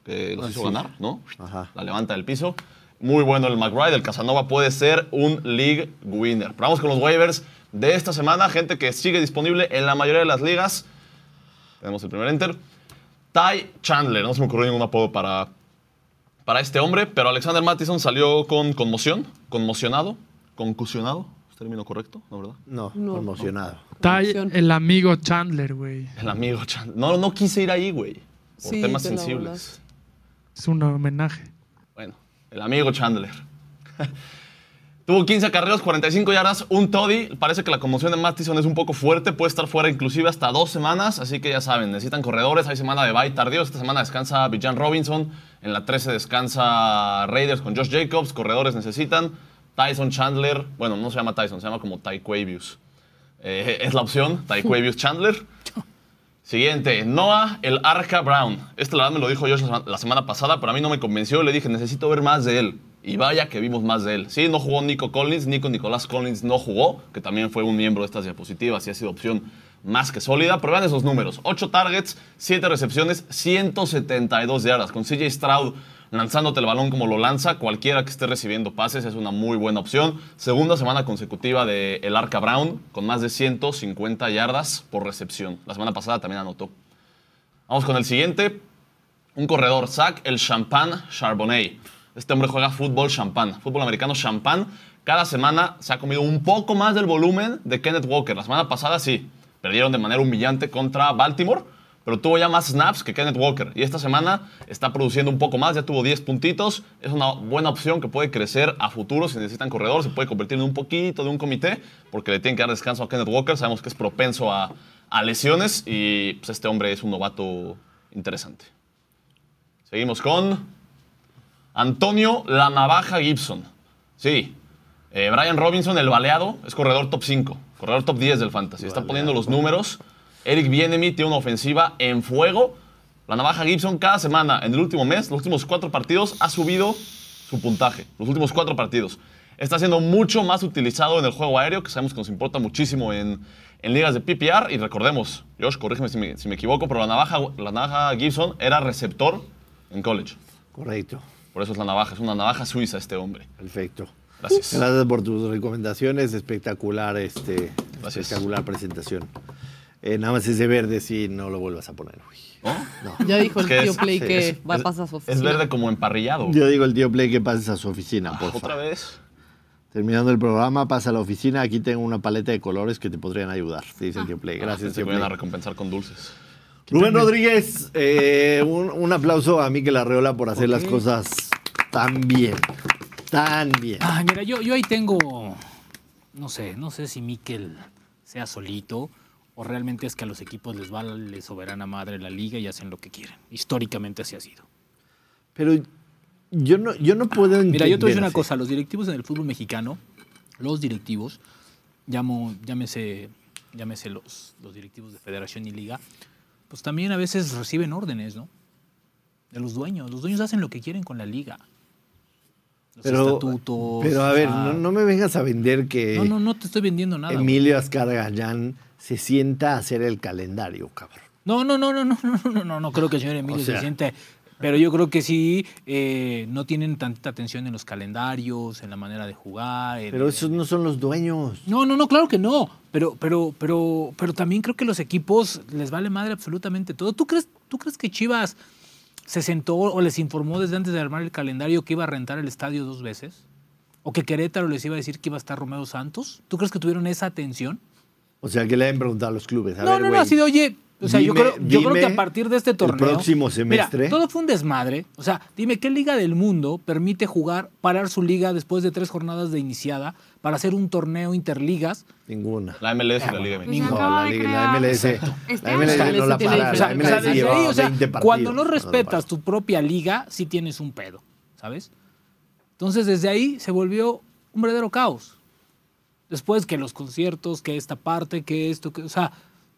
que los hizo ganar, ¿no? Ajá. La levanta del piso. Muy bueno el McBride, el Casanova puede ser un league winner. Pero vamos con los waivers de esta semana, gente que sigue disponible en la mayoría de las ligas. Tenemos el primer enter. Ty Chandler, no se me ocurrió ningún apodo para, para este hombre, pero Alexander Mattison salió con conmoción, conmocionado, concusionado, es término correcto, ¿no verdad? No, No. conmocionado. Está Conexión. el amigo Chandler, güey. El amigo Chandler. No, no quise ir ahí, güey, por Sí, temas te la sensibles. volaste. Es un homenaje. Bueno, el amigo Chandler. Tuvo 15 acarreos, 45 yardas, un toddy. Parece que la conmoción de Mattison es un poco fuerte. Puede estar fuera inclusive hasta dos semanas. Así que ya saben, necesitan corredores. Hay semana de bye tardío. Esta semana descansa Bijan Robinson. En la 13 descansa Raiders con Josh Jacobs. Corredores necesitan. Tyson Chandler. Bueno, no se llama Tyson, se llama como Ty Quavius. Eh, es la opción, Ty Quavius Chandler. Siguiente, Noah el Arca Brown. Este la verdad me lo dijo yo la semana pasada, pero a mí no me convenció. Le dije, necesito ver más de él. Y vaya que vimos más de él. Sí, no jugó Nico Collins, Nico Nicolás Collins no jugó, que también fue un miembro de estas diapositivas y ha sido opción más que sólida. Pero vean esos números: 8 targets, 7 recepciones, 172 yardas. Con CJ Stroud lanzándote el balón como lo lanza, cualquiera que esté recibiendo pases es una muy buena opción. Segunda semana consecutiva de el Arca Brown con más de 150 yardas por recepción. La semana pasada también anotó. Vamos con el siguiente. Un corredor, Zach, el Champán Charbonnet. Este hombre juega fútbol champán, fútbol americano champán. Cada semana se ha comido un poco más del volumen de Kenneth Walker. La semana pasada sí, perdieron de manera humillante contra Baltimore, pero tuvo ya más snaps que Kenneth Walker. Y esta semana está produciendo un poco más, ya tuvo 10 puntitos. Es una buena opción que puede crecer a futuro si necesitan corredor. Se puede convertir en un poquito de un comité, porque le tienen que dar descanso a Kenneth Walker. Sabemos que es propenso a, a lesiones y pues, este hombre es un novato interesante. Seguimos con Antonio La Navaja Gibson. Sí. Eh, Brian Robinson, el baleado, es corredor top 5, corredor top 10 del fantasy. Está poniendo los números. Eric Bienemi tiene una ofensiva en fuego. La Navaja Gibson cada semana, en el último mes, los últimos cuatro partidos, ha subido su puntaje. Los últimos cuatro partidos. Está siendo mucho más utilizado en el juego aéreo, que sabemos que nos importa muchísimo en, en ligas de PPR. Y recordemos, Josh, corrígeme si me, si me equivoco, pero la navaja, la navaja Gibson era receptor en college. Correcto. Por eso es la navaja, es una navaja suiza este hombre. Perfecto. Gracias. Gracias por tus recomendaciones. Espectacular, este, Gracias. espectacular presentación. Eh, nada más ese verde sí no lo vuelvas a poner. güey. ¿No? Ya dijo el Es que tío es- Play sí, que es- va a Es- pasar su Es oficina. verde como emparrillado. Yo digo el tío Play que pases a su oficina, Ah, por Otra favor. vez. Terminando el programa, pasa a la oficina. Aquí tengo una paleta de colores que te podrían ayudar. Te Ah. dice el tío Play. Gracias, Se tío van a Play. recompensar con dulces. Rubén Rodríguez, eh, un, un aplauso a Miquel Arreola por hacer las cosas tan bien. Tan bien. Ay, Ah, mira, yo, yo ahí tengo, no sé, no sé si Mikel sea solito o realmente es que a los equipos les va la soberana madre la liga y hacen lo que quieren. Históricamente así ha sido. Pero yo no, yo no puedo entender. Mira, yo te voy a decir una así. cosa. Los directivos en el fútbol mexicano, los directivos, llamo, llámese, llámese los, los directivos de federación y liga, pues también a veces reciben órdenes, ¿no? De los dueños. Los dueños hacen lo que quieren con la liga. Los estatutos. Pero a o ver, sea, no, no me vengas a vender que no, no, no te estoy vendiendo nada. güey. Emilio Azcargallán se sienta a hacer el calendario, cabrón. No, no, no, no, no, no, no, no, no, no creo que el señor Emilio sea. se siente Pero yo creo que sí, eh, no tienen tanta atención en los calendarios, en la manera de jugar. en- Pero esos no son los dueños. No, no, no, claro que no. Pero, pero, pero, pero también creo que los equipos les vale madre absolutamente todo. ¿Tú crees, tú crees que Chivas se sentó o les informó desde antes de armar el calendario que iba a rentar el estadio dos veces? ¿O que Querétaro les iba a decir que iba a estar Romeo Santos? ¿Tú crees que tuvieron esa atención? O sea, que le han preguntado a los clubes. A no, ver, no, no, güey, así de, oye, o sea, yo, dime- creo, yo creo que dime a partir de este el torneo. próximo semestre. Mira, todo fue un desmadre. O sea, dime, ¿qué liga del mundo permite jugar, parar su liga después de tres jornadas de iniciada para hacer un torneo interligas? Ninguna. La MLS y la Liga Pues se MX. No, la, acaba de liga- la crear. MLS. Este La MLS año. no la tiene para. O sea, La o sea, MLS desde llevaba ahí, o sea, 20 partidos. cuando no la respetas para. tu propia liga, sí tienes un pedo, ¿sabes? Entonces, desde ahí se volvió un verdadero caos. Después que los conciertos, que esta parte, que esto, que, o sea,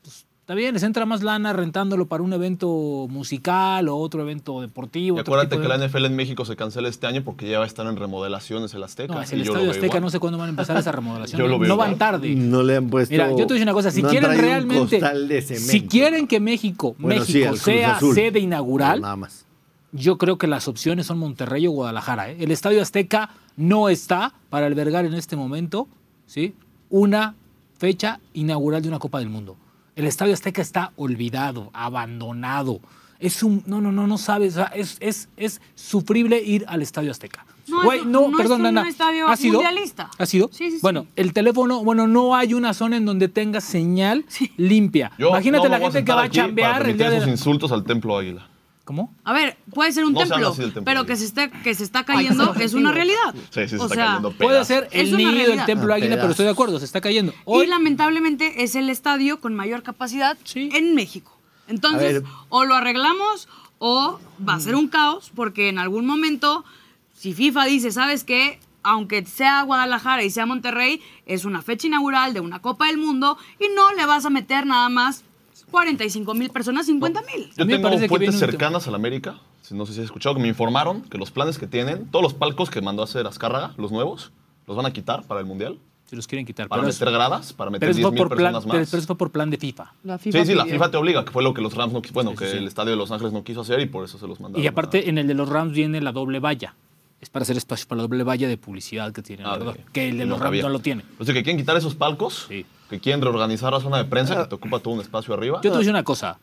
pues, está bien, les entra más lana rentándolo para un evento musical o otro evento deportivo. Y otro acuérdate tipo que de- la NFL en México se cancela este año porque ya va a estar en remodelaciones el Azteca. No, es el y yo lo Estadio veo Azteca, igual. no sé cuándo van a empezar esa remodelación. ¿eh? Yo lo veo no van igual. tarde. No le han puesto. Mira, yo te voy a decir una cosa, si Mm, no han quieren traído un realmente, costal de si cemento. quieren que México, Bueno, sí, México al Cruz sea Azul. sede Pero inaugural, Nada más. yo creo que las opciones son Monterrey o Guadalajara. ¿eh? El Estadio Azteca no está para albergar en este momento ¿sí? una fecha inaugural de una Copa del Mundo. El Estadio Azteca está olvidado, abandonado. Es un. No, no, no, no sabes. o sea, es, es, es sufrible ir al Estadio Azteca. No, es un- no es un estadio ¿Has ido? mundialista. ¿Has ido? Sí, sí, sí. Bueno, el teléfono, bueno, no hay una zona en donde tenga señal limpia. Yo Imagínate no me la voy gente que sentar va a aquí para chambear el permitir día de. esos insultos al Templo Águila. ¿Cómo? A ver, puede ser un No se habla templo, así del templo, pero digo. que se, está, que se está que cayendo ser es una objetivo. realidad. Sí, sí, se O está sea, cayendo Puede pedazos. ser el Es una nido del realidad. templo Ah, águila, pero estoy de pedazos. acuerdo, se está cayendo. Y Hoy, lamentablemente es el estadio con mayor capacidad Sí. en México. A Entonces, ver. o lo arreglamos o va a ser un caos, porque en algún momento, si FIFA dice, ¿sabes qué? Aunque sea Guadalajara y sea Monterrey, es una fecha inaugural de una Copa del Mundo y no le vas a meter nada más 45 mil personas, 50 mil. A Yo mí me tengo parece que fuentes viene un tema. cercanas a la América, si- no sé si has escuchado, que me informaron que los planes que tienen, todos los palcos que mandó a hacer Azcárraga, los nuevos, los van a quitar para el Mundial, se los quieren quitar. para pero meter eso- gradas, para pero meter eso 10 fue mil por plan, personas pero más. eso fue por plan de FIFA. La FIFA Sí, sí, la ¿eh? pidió. FIFA te obliga, que fue lo que los Rams no qui- bueno, Sí, sí, que sí. el estadio de Los Ángeles no quiso hacer y por eso se los mandaron. Y aparte, eh, a- en el de los Rams viene la doble valla. Es para hacer espacio para la doble valla de publicidad que tiene, Ah, alrededor, de- que el de no los Rams cabía. no lo tiene. O sea, que quieren quitar esos palcos, Sí. que quieren reorganizar la zona de prensa, que te ocupa todo un espacio arriba. Ah. Yo te voy a decir una cosa.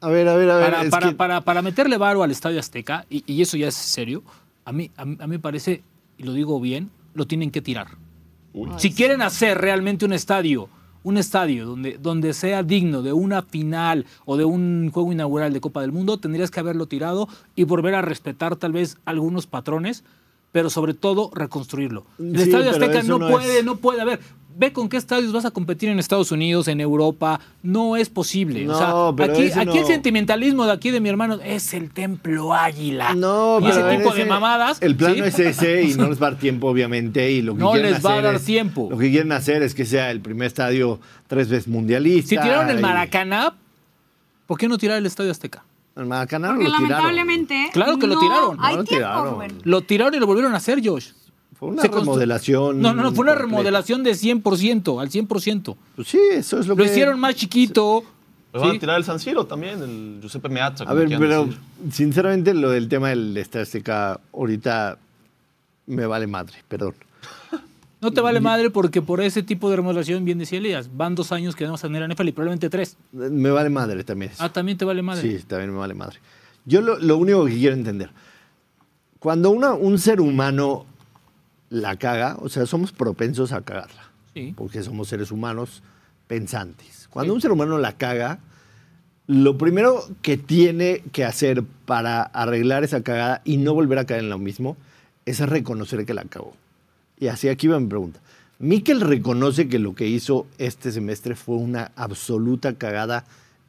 A ver, a ver, a ver. Para, es para, que- para- para meterle varo al Estadio Azteca, y, y eso ya es serio, a mí, a mí a mí me parece, y lo digo bien, lo tienen que tirar. Uy. Si quieren hacer realmente un estadio, un estadio donde, donde sea digno de una final o de un juego inaugural de Copa del Mundo, tendrías que haberlo tirado y volver a respetar tal vez algunos patrones, pero sobre todo reconstruirlo. El Sí, Estadio pero Azteca eso no no puede, es- no puede haber. Ve con qué estadios vas a competir en Estados Unidos, en Europa. No es posible. O sea, No, pero aquí, ese aquí el no. sentimentalismo de aquí de mi hermano es el templo águila. No, y pero ese a ver, tipo de ese- mamadas. El plan ¿sí? no es ese y no les va a dar tiempo, obviamente. Y lo que No quieren les va a hacer dar es- tiempo. Lo que quieren hacer es que sea el primer estadio tres veces mundialista. Si tiraron el y- Maracaná, ¿por qué no tirar el Estadio Azteca? El Maracaná no Porque lo tiraron. lamentablemente. Claro que lo no tiraron. Hay No lo tiempo, tiraron. Rubén. Lo tiraron y lo volvieron a hacer, Josh. Fue una Se constru- remodelación. No, no, no, fue una completa. remodelación de 100%, al 100%. Pues sí, eso es lo, Lo que. hicieron más chiquito. Pues van ¿sí? a tirar el San Siro también, el Giuseppe Meazza. A como ver, quieran pero decir. sinceramente lo del tema del Estadio Azteca ahorita me vale madre, perdón. No te vale madre porque por ese tipo de remodelación, bien decía Elías, van dos años que vamos a tener a NFL y probablemente tres. Me vale madre también. eso. Ah, también te vale madre. Sí, también me vale madre. Yo lo, lo único que quiero entender, cuando una- un ser humano la caga, o sea, somos propensos a cagarla, Sí. porque somos seres humanos pensantes. Cuando un ser humano la caga, lo primero que tiene que hacer para arreglar esa cagada y no volver a caer en lo mismo es reconocer que la cagó. Y así aquí va mi pregunta. Mikel reconoce que lo que hizo este semestre fue una absoluta cagada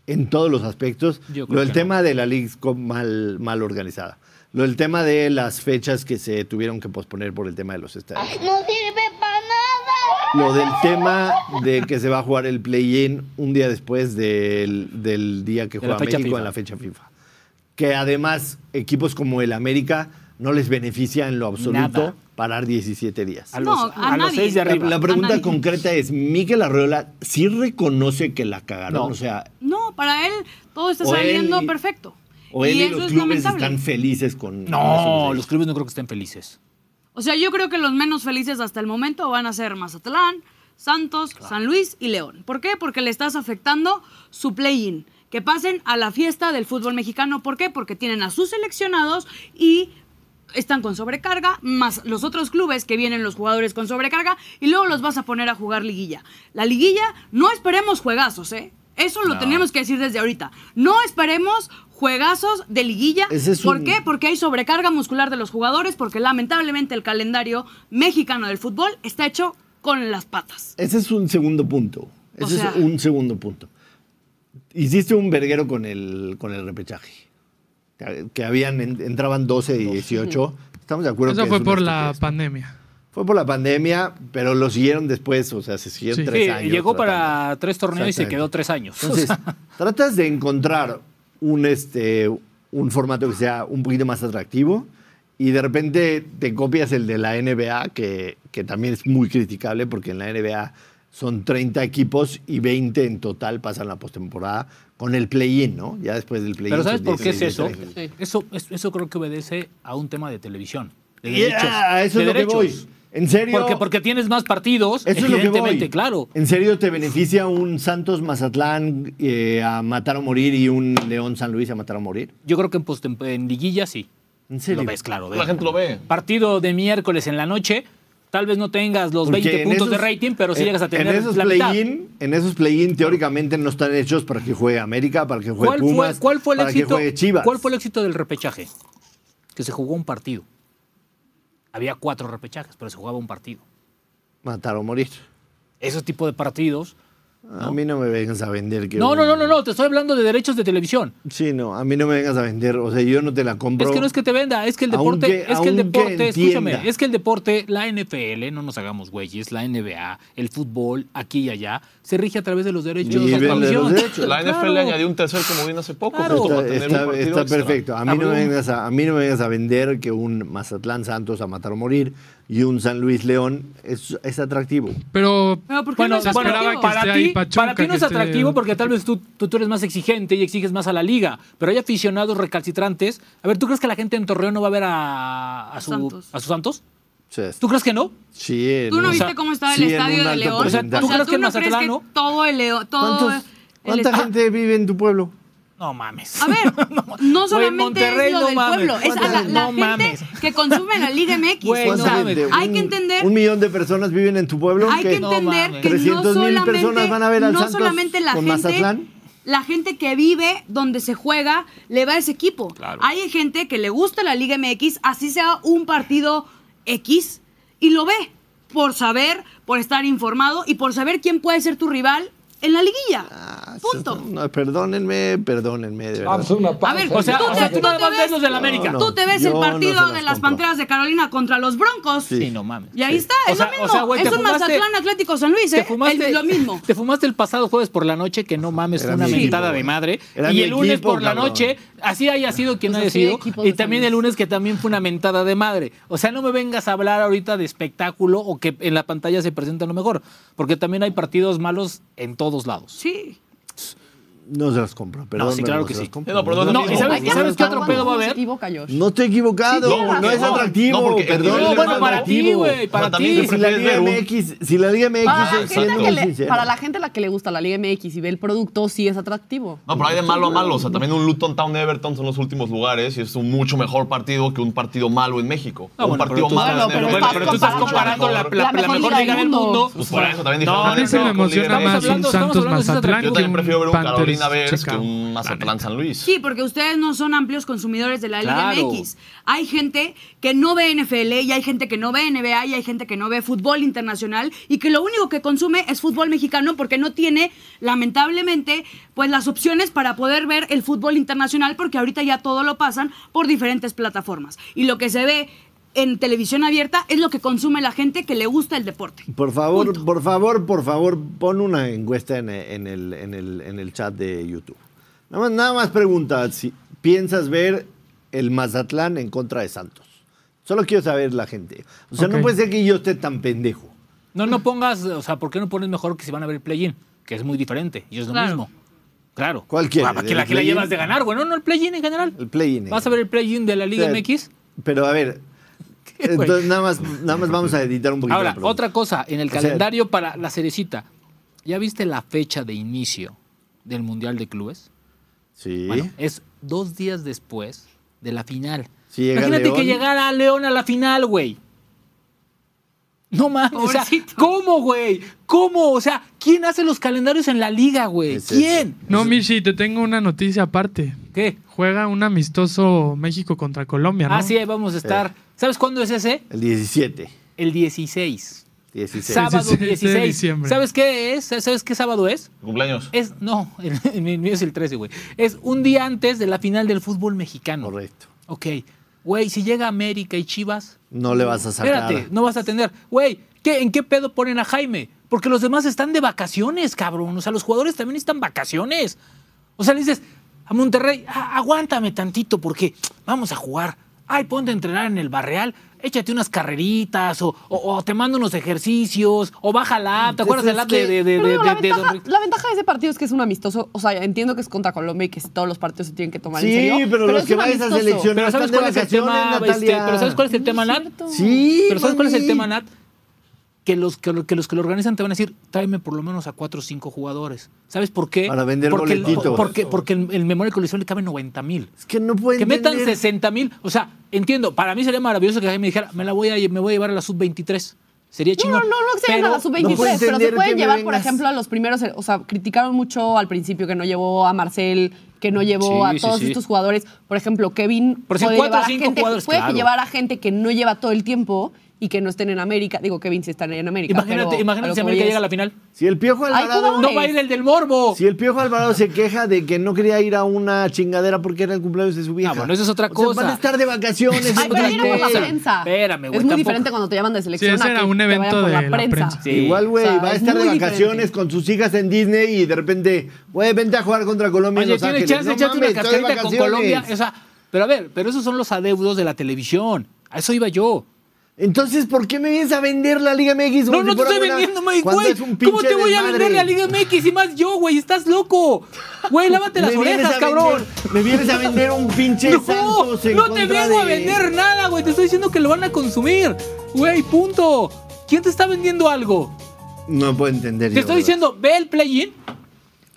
en todos los aspectos. Yo creo Lo del que tema de la League Cup mal, mal organizada. Lo del tema de las fechas que se tuvieron que posponer por el tema de los estadios. No sirve para nada. Lo del tema de que se va a jugar el play-in un día después del, del día que De la juega fecha México FIFA. en la fecha FIFA. Que además equipos como el América no les beneficia en lo absoluto Nada. parar 17 días. A No, los, a a los nadie. seis de La, arriba. la pregunta A nadie. concreta es, ¿Miquel Arreola sí reconoce que la cagaron? No. O sea, No, para él todo está O él saliendo y- perfecto. O él Y y, eso los es clubes lamentable. están felices con. No, con los eso. clubes no creo que estén felices. O sea, yo creo que los menos felices hasta el momento van a ser Mazatlán, Santos, San Luis y León. ¿Por qué? Porque le estás afectando su play-in. Que pasen a la fiesta del fútbol mexicano. ¿Por qué? Porque tienen a sus seleccionados y están con sobrecarga, más los otros clubes que vienen los jugadores con sobrecarga y luego los vas a poner a jugar liguilla. La liguilla, no esperemos juegazos, ¿eh? Eso lo tenemos que decir desde ahorita. No esperemos juegazos de liguilla. Ese es ¿Por un- qué? Porque hay sobrecarga muscular de los jugadores, porque lamentablemente el calendario mexicano del fútbol está hecho con las patas. Ese es un segundo punto. O Ese sea- es un segundo punto. Hiciste un verguero con el, con el repechaje. Que- Que habían, en- entraban 12 y 18. Estamos de acuerdo Eso que fue es una por la estupidez. pandemia. Fue por la pandemia, pero lo siguieron después, o sea, se siguieron Sí. tres Sí, años. llegó tratando. para tres torneos y se Exactamente. quedó tres años. O Entonces, sea, tratas de encontrar un, este, un formato que sea un poquito más atractivo y de repente te copias el de la NBA, que, que también es muy criticable porque en la NBA son 30 equipos y 20 en total pasan la postemporada con el play-in, ¿no? Ya después del play-in. pero ¿sabes son por qué es 16, eso? 16. Eso, es- eso creo que obedece a un tema de televisión. De Yeah, derechos. ah, a eso de es lo que derechos. voy. En serio. Porque, porque tienes más partidos, Eso es lo que evidentemente, voy. claro. ¿En serio te beneficia un Santos Mazatlán eh, a matar o morir y un León San Luis a matar o morir? Yo creo que en, post, en liguilla sí. ¿En serio? Lo ves, claro. La gente lo ve. Partido de miércoles en la noche, tal vez no tengas los Porque 20 en puntos de esos- rating, pero sí en- llegas a tener en esos la mitad. play-in, en esos play-in teóricamente no están hechos para que juegue América, para que juegue ¿Cuál fue, Pumas, cuál fue el para que éxito? juegue Chivas. ¿Cuál fue el éxito del repechaje? Que se jugó un partido. Había cuatro repechajes, pero se jugaba un partido. Matar o morir. Ese tipo de partidos. A mí no me vengas a vender que No, un- no, no, no, no. Te estoy hablando de derechos de televisión. Sí, no, a mí no me vengas a vender, o sea, yo no te la compro. es que no es que te venda, es que el deporte, Aunque- es que el aunque deporte, escúchame, entienda. es que el deporte, la NFL, no nos hagamos güeyes, la NBA, el fútbol, aquí y allá, se rige a través de los derechos Viven de de los televisión. derechos. La NFL Claro. añadió un tercer comodín hace poco. Claro. justo para Está, tener está- un partido está extra. perfecto. A mí, no Habló- me vengas a, a mí no me vengas a vender que un Mazatlán Santos a matar o morir y un San Luis León es, es atractivo. Pero Pero ¿por qué Bueno, no es bueno, atractivo? esté para, ahí ti, Pachuca, para ti no que es esté- atractivo porque tal vez tú, tú, tú eres más exigente y exiges más a la liga, pero hay aficionados recalcitrantes. A ver, ¿tú crees que la gente en Torreón no va a ver a, a su, Santos. a sus Santos? O sea, es- ¿Tú crees que no? sí, en ¿Tú no un- viste sea, cómo estaba el sí, en estadio un de alto León? O sea, porcentaje. ¿tú, ¿Tú crees que en no crees que Mazatlán no? todo el León... Todo ¿Cuántos- el Ah, ¿Cuánta estadio- gente vive en tu pueblo? No mames. A ver, no solamente es lo del pueblo, es a la, la No gente mames. que consume la Liga MX. Güey, o no sea, mames. hay Un- que entender Un millón de personas viven en tu pueblo. hay que que- No entender mames. que 300,000 no solamente, personas van a ver al no Santos solamente la con gente, Mazatlán. la gente que vive donde se juega le va a ese equipo. Claro. Hay gente que le gusta la Liga MX, así sea un partido X, y lo ve por saber, por estar informado y por saber quién puede ser tu rival en la liguilla. Ah, Punto. no, perdónenme, perdónenme, de verdad. A ver, O sea, tú, o sea, te, tú tú nada te más ves ves, los del América. No, tú te ves yo el no partido se las de las compro. Panteras de Carolina contra los Broncos. Sí. Sí, no mames. Y ahí está, O es sea- o lo mismo. sea, güey, es te un fumaste- Mazatlán Atlético San Luis, ¿eh? Te fumaste, El- lo mismo. te fumaste el pasado jueves por la noche que no mames, Era fue una mi equipo, mentada de güey. madre. Era y mi el lunes equipo, por la cabrón. noche, así haya sido quien Pues haya así de sido. equipos Y de también San el Luis. lunes que también fue una mentada de madre. O sea, no me vengas a hablar ahorita de espectáculo o que en la pantalla se presenta lo mejor. Porque también hay partidos malos en todos lados. Sí. No se las compro, perdón. sí, claro que se las sí. compro. No, pero no es lo No, mismo. ¿y sabes, Hay y que sabes qué otro Cuando pedo va a uno se haber? equivoca, Josh. No estoy equivocado, Sí, tienes no, es razón. atractivo, No, porque- perdón. No, no es bueno, para ti, atractivo. güey, para Pero también ti. Y Si la prefieres Liga ver un- MX, si la Liga MX Para la, es gente siendo que muy le- sincero. para la gente a la que le gusta la Liga MX y ve el producto, sí es atractivo. No, pero hay de malo a malo. O sea, también un Luton Town Everton son los últimos lugares y es un mucho mejor partido que un partido malo en México. Ah, un bueno, partido pero tú- Bueno, malo en pero Everton. estás pero tú estás comparando comparando la, la- la mejor liga del mundo. Pues por eso también dije. No, a mí no, se no, me con Liga emociona MX. más un Estamos hablando- Santos estamos hablando de Mazatlán otros Yo que también un prefiero ver un Carolina Panthers Bears que Chicago. un Mazatlán San Luis. Sí, porque ustedes no son amplios consumidores de la Liga Claro. MX. Hay gente que no ve NFL y hay gente que no ve NBA y hay gente que no ve fútbol internacional y que lo único que consume es fútbol mexicano porque no tiene, lamentablemente, pues las opciones para poder ver el fútbol internacional porque ahorita ya todo lo pasan por diferentes plataformas. Y lo que se ve en televisión abierta es lo que consume la gente que le gusta el deporte. Por favor, Punto. por favor, por favor, pon una encuesta en, e- en el, en el- en el chat de YouTube. Nada más, nada más pregunta si piensas ver el Mazatlán en contra de Santos. Solo quiero saber la gente. O sea, no Ok. puede ser que yo esté tan pendejo. No, no pongas, o sea, ¿por qué no pones mejor que si van a ver el play-in? Que es muy diferente y es lo Claro. mismo. Claro. ¿Cuál quieres? Ah, ¿Para ¿El qué la, que la play-in? llevas de ganar, güey? No, no, el play-in en general. El play-in. ¿Vas a ver el play-in de la Liga O sea, MX? Pero a ver, güey? entonces nada más, nada más vamos a editar un poquito. la Ahora, pregunta. otra cosa, en el sea- calendario para la cerecita, ¿ya viste la fecha de inicio del Mundial de Clubes? Sí. Bueno, es dos días después de la final. Si llega Imagínate que León. llegara León a la final, güey. No mames, o sea, Pobrecito. ¿cómo, güey? ¿Cómo? O sea, ¿quién hace los calendarios en la liga, güey? Es ¿Quién? No, Michi, te tengo una noticia aparte. ¿Qué? Juega un amistoso México contra Colombia, ¿no? Ah, sí, ahí vamos a estar. Eh. ¿Sabes cuándo es ese? El 17. El 16. 16. Sábado 16 de 16. diciembre. ¿Sabes qué es? ¿Sabes qué sábado es? Cumpleaños. Es, no, el, el mío es el 13, güey. Es un día antes de la final del fútbol mexicano. Correcto. Ok. Güey, si llega América y Chivas, No le vas a sacar. espérate, no vas a tener. Güey, ¿qué, ¿en qué pedo ponen a Jaime? Porque los demás están de vacaciones, cabrón. O sea, los jugadores también están vacaciones. O sea, le dices a Monterrey, "Ah, aguántame tantito porque vamos a jugar. Ay, ponte a entrenar en el barreal, échate unas carreritas o, o- o te mando unos ejercicios o baja la app. ¿Te acuerdas Es del app de, que- de, de, Pero de- no, la, de- de Don ventaja, Rick? la ventaja de ese partido es que es un amistoso. O sea, entiendo que es contra Colombia y que todos los partidos se tienen que tomar Sí, en serio. pero los es que un van a esas amistoso. elecciones- Pero ¿sabes Están cuál de es el tema, vacaciones, este, Natalia. pero ¿sabes cuál es el tema, Nat? cierto. Sí. Pero ¿sabes cuál es el mami. tema, Nat? Que los que, lo- que los que lo organizan te van a decir, tráeme por lo menos a cuatro o cinco jugadores. ¿Sabes por qué? Para vender porque el- boletitos. porque, porque el, el memoria de colección le cabe 90 mil. Es que no pueden. Que metan tener- 60 mil. O sea, entiendo, para mí sería maravilloso que alguien me dijera, me la voy a, me voy a llevar a la sub-23. Sería No, no, chingón. no, no que se vayan a Pero- la sub-23, no puedo pero se entender que pueden me llevar, por vengas. ejemplo, a los primeros. O sea, criticaron mucho al principio que no llevó a Marcel, que no llevó Sí, a sí, todos sí. estos jugadores. Por ejemplo, Kevin Por si puede, cuatro o llevar a, cinco gente, jugadores, puede claro. llevar a gente que no lleva todo el tiempo y que no estén en América. Digo, Kevin sí está en América. Imagínate, pero imagínate lo si que voy América es- llega a la final. Si el Piojo Hay Alvarado. jugadores. No va a ir el del morbo. Si el Piojo Alvarado se queja de que no quería ir a una chingadera porque era el cumpleaños de su vieja. Ah, bueno, eso es otra O sea, cosa. van a estar de vacaciones. Ay, es Ay, pero otra ahí viene por la cosa. prensa. Espérame, güey, Es muy tampoco. diferente cuando te llaman de selección. Sí, ese a era que un te evento vayan por de la la prensa. prensa. Sí. Igual, güey, O sea, va a es estar de muy vacaciones diferente. con sus hijas en Disney y de repente, güey, vente a jugar contra Colombia en Oye, Los tienes Ángeles. chance de No echarte una mames, estoy de cascarita con vacaciones. Colombia. O sea, pero a ver, pero esos son los adeudos de la televisión. A eso iba yo. Entonces, ¿por qué me vienes a vender la Liga MX? No, como no si fuera te estoy buena, vendiendo, güey. cuando güey. es un ¿Cómo pinche te voy a desmadre? vender la Liga MX y más yo, güey? Estás loco. Güey, lávate las Me vienes orejas, a cabrón. vender- Me vienes a vender un pinche No, Santos en no te contra vengo a de- vender nada, güey. Te estoy diciendo que lo van a consumir. Güey, punto. ¿Quién te está vendiendo algo? No puedo entender. Te estoy diciendo, ve el play-in.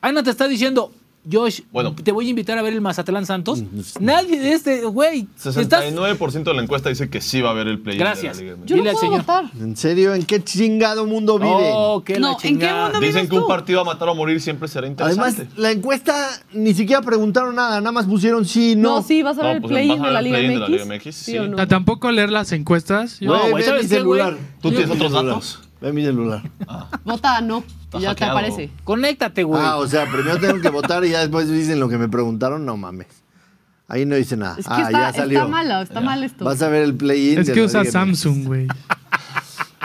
Ana te está diciendo, Josh, Bueno. te voy a invitar a ver el Mazatlán Santos. Nadie de este, güey. Estás... 69% de la encuesta dice que sí va a haber el play. Gracias. Yo no Dile al puedo señor. votar. ¿En serio? ¿En qué chingado mundo vive? Oh, qué No, la ¿en qué chingada. mundo Dicen vives que un tú? partido a matar o morir siempre será Además, interesante. la encuesta ni siquiera preguntaron nada, nada más pusieron sí, no. No, sí, vas a No, ver el pues, play-in vas a de ver la el Liga play-in de la MX. Liga MX, sí. o O no? sea, tampoco leer las encuestas. Yo- Güey, No, ve güey, ¿sabes mi qué, celular. güey? ¿Tú Ve tienes mi otros celular. datos? Ve mi celular. Vota no. Está Y ya te hackeado. aparece. Conéctate, güey. Ah, o sea, primero tengo que votar y ya después dicen lo que me preguntaron. No mames. Ahí no dice nada. Es que ah, está, ya salió. está malo, está mal esto. Vas a ver el play-in. es de que la usa Liga MX. Samsung, güey.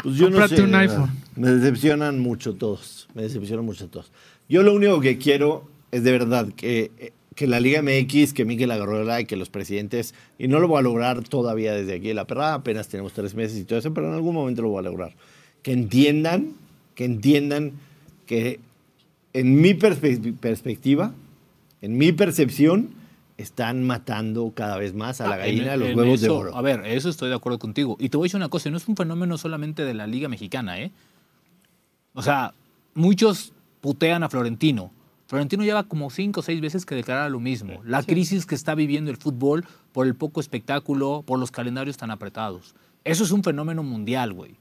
Pues yo no Cómprate sé, un la verdad. iPhone. Me decepcionan mucho todos. Me decepcionan mucho todos. Yo lo único que quiero es de verdad que, que la Liga MX, que Miguel Agarrola y que los presidentes, y no lo voy a lograr todavía desde aquí de la perra, apenas tenemos tres meses y todo eso, pero en algún momento lo voy a lograr. Que entiendan, que entiendan que en mi perspe- perspectiva, en mi percepción, están matando cada vez más a la gallina de Ah, En- e-, los en huevos de eso, oro. A ver, eso estoy de acuerdo contigo. Y te voy a decir una cosa, no es un fenómeno solamente de la Liga Mexicana, ¿eh? O sea, muchos putean a Florentino. Florentino lleva como cinco o seis veces que declara lo mismo. La crisis que está viviendo el fútbol por el poco espectáculo, por los calendarios tan apretados. Eso es un fenómeno mundial, güey.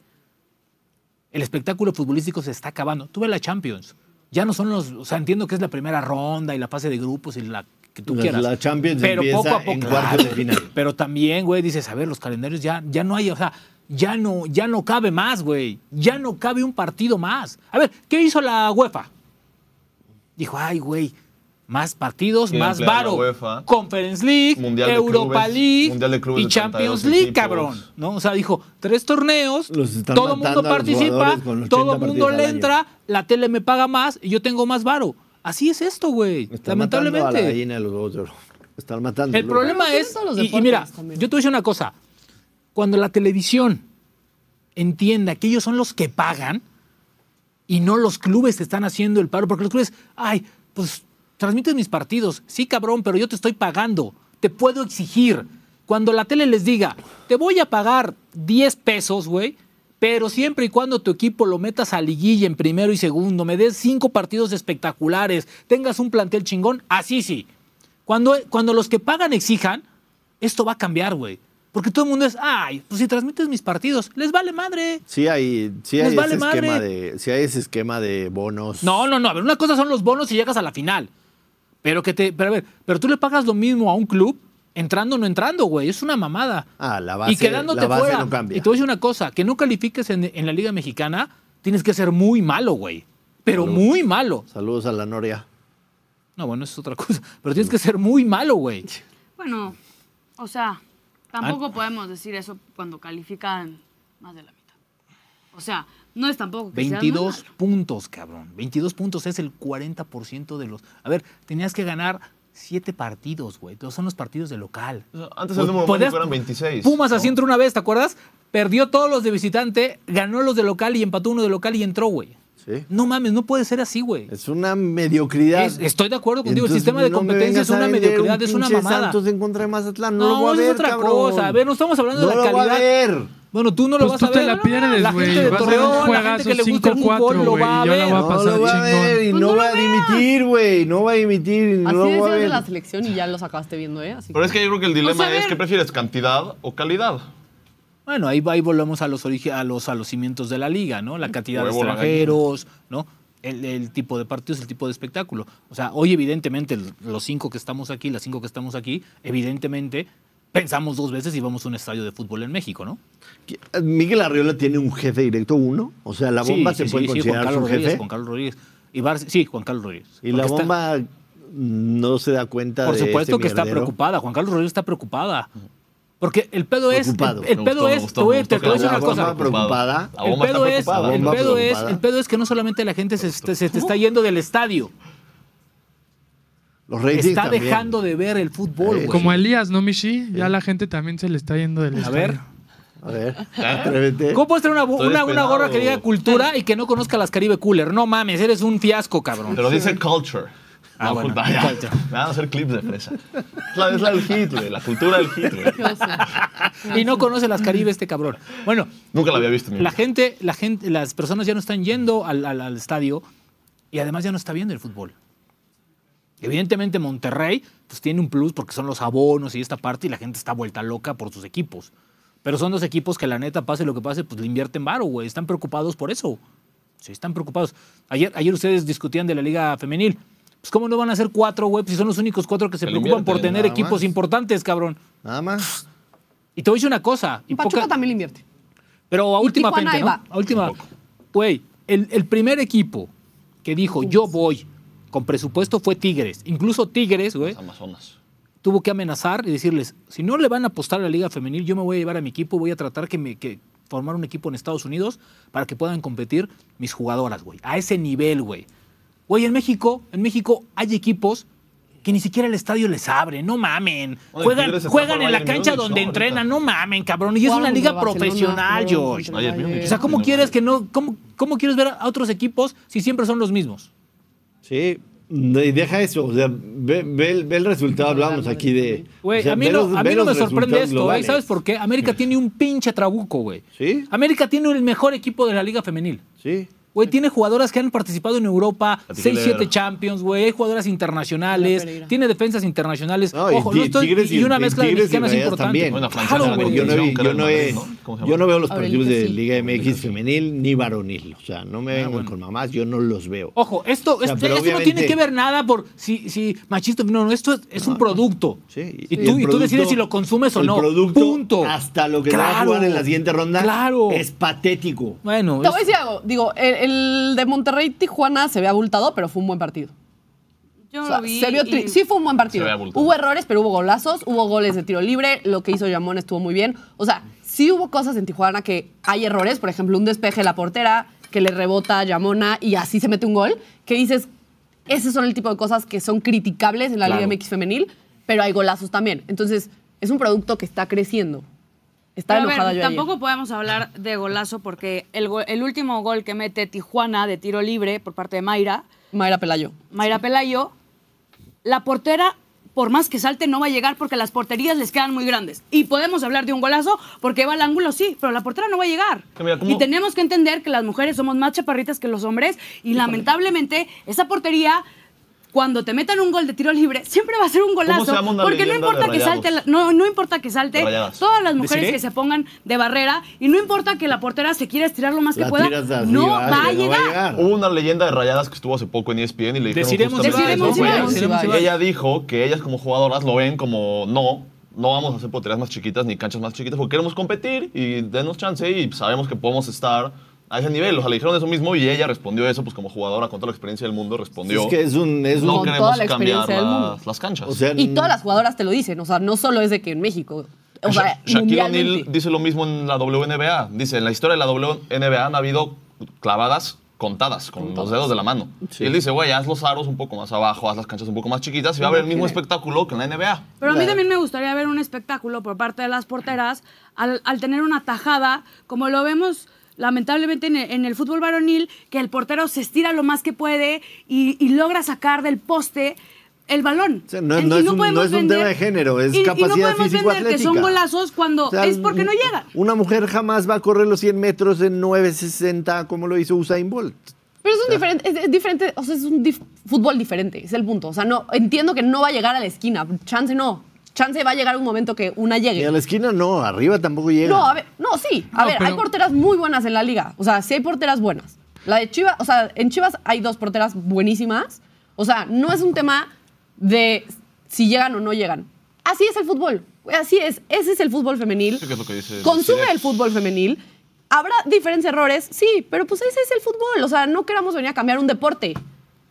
El espectáculo futbolístico se está acabando. Tú ves la Champions. Ya no son los. O sea, entiendo que es la primera ronda y la fase de grupos y la que tú La- quieras. la Champions pero empieza poco a poco, en cuartos de final. Pero también, güey, dices, a ver, los calendarios ya, ya no hay. O sea, ya no, ya no cabe más, güey. Ya no cabe un partido más. A ver, ¿qué hizo la UEFA? Dijo, ay, güey, más partidos, Quiere más ampliar la varo. UEFA. Conference League, Mundial de Europa clubes, League Mundial de clubes y de Champions 32 League, equipos. cabrón. ¿no? O sea, dijo, tres torneos, Los están todo el matando mundo a los participa, jugadores con todo 80 el mundo partidos al le año. entra, la tele me paga más y yo tengo más varo. Así es esto, güey. Están matando Lamentablemente. a la gallina de los huevos de oro. Están matando. El loco. problema Pero es. tienen todos los y- Y, deportes mira, también. yo te voy a decir una cosa. Cuando la televisión entienda que ellos son los que pagan y no los clubes te están haciendo el paro, porque los clubes, ay, pues transmites mis partidos. Sí, cabrón, pero yo te estoy pagando. Te puedo exigir. Cuando la tele les diga, te voy a pagar 10 pesos, güey, pero siempre y cuando tu equipo lo metas a liguilla en primero y segundo, me des cinco partidos espectaculares, tengas un plantel chingón, así sí. Cuando, cuando los que pagan exijan, esto va a cambiar, güey. Porque todo el mundo es, ay, pues si transmites mis partidos, les vale madre. Sí hay, sí hay Les vale ese esquema madre. de, sí hay ese esquema de bonos. No, no, no. A ver, una cosa son los bonos si llegas a la final. Pero que te. Pero a ver, pero tú le pagas lo mismo a un club entrando o no entrando, güey. Es una mamada. Ah, la base- y quedándote la base fuera. no cambia. Y te voy a decir una cosa: que no califiques en, en la Liga Mexicana, tienes que ser muy malo, güey. Pero Salud. muy malo. Saludos a la Noria. No, bueno, eso es otra cosa. Pero tienes que ser muy malo, güey. Bueno, o sea, tampoco podemos decir eso cuando califican más de la mitad. O sea, no es tampoco que seas muy 22 malo. puntos, cabrón. 22 puntos es el 40% de los. A ver, tenías que ganar 7 partidos, güey. Todos son los partidos de local. Antes el número Podías- mágico eran 26. Pumas ¿no? así entró una vez, ¿te acuerdas? Perdió todos los de visitante, ganó los de local y empató uno de local y entró, güey. Sí. No mames, no puede ser así, güey. Es una mediocridad. Es- estoy de acuerdo contigo, el Entonces, sistema de no me competencia es vengas a una vender mediocridad, un es una pinche mamada. Santos en contra de Mazatlán. No, No, lo voy a eso ver, es otra cabrón. cosa. A ver, no estamos hablando No de la lo voy a calidad. ver. Bueno, tú no lo Pues vas tú a te ver. la pierdes, La güey. gente de Vas a ver Torreón, un la gente juegazo que le gusta el fútbol 5-4, lo güey, va a y yo la ver. voy a No pasar lo va a chingón. ver y no Pues no va a lo veas. dimitir, güey. No va a dimitir y no Así lo va a decías de ver. la selección y ya los acabaste viendo, ¿eh? Así Pero es que yo creo Pues, que el dilema a es ver. que prefieres cantidad o calidad. Bueno, ahí, ahí volvemos a los, origi- a, los, a los cimientos de la liga, ¿no? La cantidad Huevo, de la extranjeros, ¿no? El, el tipo de partidos, el tipo de espectáculo. O sea, hoy evidentemente l- los cinco que estamos aquí, las cinco que estamos aquí, evidentemente pensamos dos veces y vamos a un estadio de fútbol en México, ¿no? Miguel Arriola tiene un jefe directo uno. O sea, la Sí, bomba sí, se sí, puede sí, considerar Juan su Carlos Rodríguez, jefe. Juan Carlos Rodríguez. Y Barce- sí, Juan Carlos Rodríguez. Y la Porque está- bomba no se da cuenta Por de este supuesto que está mierdero. preocupada. Juan Carlos Rodríguez está preocupada. Porque el pedo es. El, Preocupado. el Me pedo gustó, me es. gustó, te voy- me te gustó voy a que decir la una bomba cosa. preocupada. La El bomba pedo, es, está preocupada. el, bomba pedo es, preocupada. el pedo es que no solamente la gente se, se- se te está yendo del estadio, Los ratings está también. dejando de ver el fútbol, Eh, güey. Como Elías, ¿no, Michi? Ya la gente también se le está yendo del A estadio. ver, A ver, atrévete. ¿Ah? ¿cómo puedes tener una, bo- Estoy una, una gorra despeinado. que diga cultura y que no conozca las Caribe Cooler? No mames, eres un fiasco, cabrón. Pero dice culture. Ah, No, bueno, puta, ya. culture. Me van a hacer clips de fresa. Es la, es la del hit, güey. La cultura del hit, güey. Y no conoce las Caribe este cabrón. Bueno, Nunca la había visto. en mi la vida. gente, la gente, las personas ya no están yendo al, al- al estadio y además ya no está viendo el fútbol. Evidentemente Monterrey pues tiene un plus porque son los abonos y esta parte y la gente está vuelta loca por sus equipos. Pero son dos equipos que la neta, pase lo que pase, pues le invierten varo, güey. Están preocupados por eso. Sí, están preocupados. Ayer, ayer ustedes discutían de la liga femenil. Pues cómo no van a ser cuatro, güey, Pues, si son los únicos cuatro que se Que le preocupan por invierten, tener nada equipos más. importantes, cabrón. Nada más. Y te voy a decir una cosa. Y Pachuca poca- también le invierte. pero a Y última Tijuana pente, ahí ¿no? va. A última. Güey, el, el primer equipo que dijo yo voy con presupuesto fue Tigres. Incluso Tigres, güey, Las Amazonas. tuvo que amenazar y decirles, si no le van a apostar a la liga femenil, yo me voy a llevar a mi equipo, voy a tratar que me que formar un equipo en Estados Unidos para que puedan competir mis jugadoras, güey. A ese nivel, güey. Güey, en México, en México hay equipos que ni siquiera el estadio les abre, no mamen. Oye, juegan Tigres está juegan con en la Bayern cancha Múnich, donde ¿no? entrenan, Ahorita. no mamen, cabrón. Y es una Jugaron liga contra Barcelona, profesional, jugaron George. contra Ayer el mismo. O Bayern. sea, ¿cómo No, quieres no. que no, cómo, cómo quieres ver a otros equipos si siempre son los mismos? Sí. Y deja eso. O sea, ve, ve el- ve el resultado. Hablamos aquí de. Güey, o sea, a mí, ve no, los- a mí ve no me los sorprende resultados esto, güey. globales. ¿Sabes por qué? América tiene un pinche trabuco, güey. Sí. América tiene el mejor equipo de la Liga Femenil. Sí. Güey, tiene jugadoras que han participado en Europa, La 6-7 Tigrera. Champions, güey, hay jugadoras internacionales, Pereira. tiene defensas internacionales. No, y Ojo, Ti- no estoy- Tigres y- y una y mezcla de Tigres y mexicanas Rayadas importante. también. Bueno, Francia Claro, era güey. Yo no, vi- que yo, era no el he- Madrid, ¿no? ¿Cómo se llama? yo no veo los Aurelita, partidos de sí. Liga MX femenil ni varonil. O sea, no me vengan con mamás. Yo no los veo. Ah, Ojo, esto, este, sea, esto- pero esto no tiene obviamente- que ver nada por si, si machista. No, no, esto es, es un producto. Sí, y, el tú, y tú producto- decides si lo consumes o no. El producto Punto. hasta lo que se va a jugar en la siguiente ronda Claro. es patético. Bueno, Te es- voy a decir algo. Digo, el, el de Monterrey-Tijuana se ve abultado, pero fue un buen partido. Yo O sea, lo vi. se vio y- tri- sí fue un buen partido. Se ve abultado. Hubo errores, pero hubo golazos, hubo goles de tiro libre, lo que hizo Yamón estuvo muy bien. O sea, sí hubo cosas en Tijuana que hay errores, por ejemplo, un despeje de la portera que le rebota a Yamona y así se mete un gol, que dices, ese son el tipo de cosas que son criticables en la Claro. Liga MX femenil, pero hay golazos también. Entonces, es un producto que está creciendo. Está Pero a ver, enojada yo ¿eh? ayer. tampoco podemos hablar de golazo porque el, go- el último gol que mete Tijuana de tiro libre por parte de Mayra, Mayra ¿eh? Pelayo. Mayra Pelayo, la portera, por más que salte, no va a llegar porque las porterías les quedan muy grandes. Y podemos hablar de un golazo porque va al ángulo, sí, pero la portera no va a llegar. Que mira, ¿cómo? y tenemos que entender que las mujeres somos más chaparritas que los hombres y lamentablemente esa portería... Cuando te metan un gol de tiro libre, siempre va a ser un golazo. llama una Porque no leyenda de importa que Rayados? salte, la- no, no importa que salte, De Rayadas. todas las ¿De mujeres Siri? que se pongan de barrera, y no importa que la portera se quiera estirar lo más La que pueda, tiras de arriba, no va no a llegar. Hubo una leyenda de rayadas que estuvo hace poco en E ESPN y le dijeron Deciremos justamente Desiree eso, Montes güey. Ibañez. Desiree Montes Y ella dijo que ellas como jugadoras lo ven como no, no vamos a hacer porterías más chiquitas ni canchas más chiquitas porque queremos competir y denos chance y sabemos que podemos estar a ese nivel. O sea, le dijeron eso mismo y ella respondió eso, pues como jugadora con toda la experiencia del mundo respondió. Es que es un. Es no un Con queremos toda la cambiar experiencia del mundo. las, las canchas. o sea, Y todas las jugadoras te lo dicen, o sea, no solo es de que en México, o sea, Sha- Shaquille O'Neal mundialmente. dice lo mismo en la WNBA. Dice, en la historia de la WNBA han habido clavadas contadas con los dedos de la mano. Y él dice, güey, haz los aros un poco más abajo, haz las canchas un poco más chiquitas y va a haber el mismo espectáculo que en la NBA. Pero a mí también me gustaría ver un espectáculo por parte de las porteras al, al tener una tajada, como lo vemos lamentablemente en el, en el fútbol varonil, que el portero se estira lo más que puede y, y logra sacar del poste el balón. O sea, no- no es un- no es un tema de género, es y- y capacidad no podemos vender que son físico-atlética. golazos cuando O sea, es porque no llegan. Una mujer jamás va a correr los 100 metros en 9.60 como lo hizo Usain Bolt. Pero es un diferente, es, es diferente, o sea, es un dif- fútbol diferente, es el punto. O sea, no, entiendo que no va a llegar a la esquina, chance no. Chance va a llegar un momento que una Y a llegue. la esquina no, arriba tampoco llega. No, a ver, no, sí. A No, ver, hay pero- porteras muy buenas en la liga. O sea, sí hay porteras buenas. La de Chivas, o sea, en Chivas hay dos porteras buenísimas. O sea, no es un tema de si llegan o no llegan. Así es el fútbol. Así es. Ese es el fútbol femenil. Sí, que es lo que dice Consume Desiree. el fútbol femenil. Habrá diferentes errores, sí, pero pues ese es el fútbol. O sea, no queramos venir a cambiar un deporte.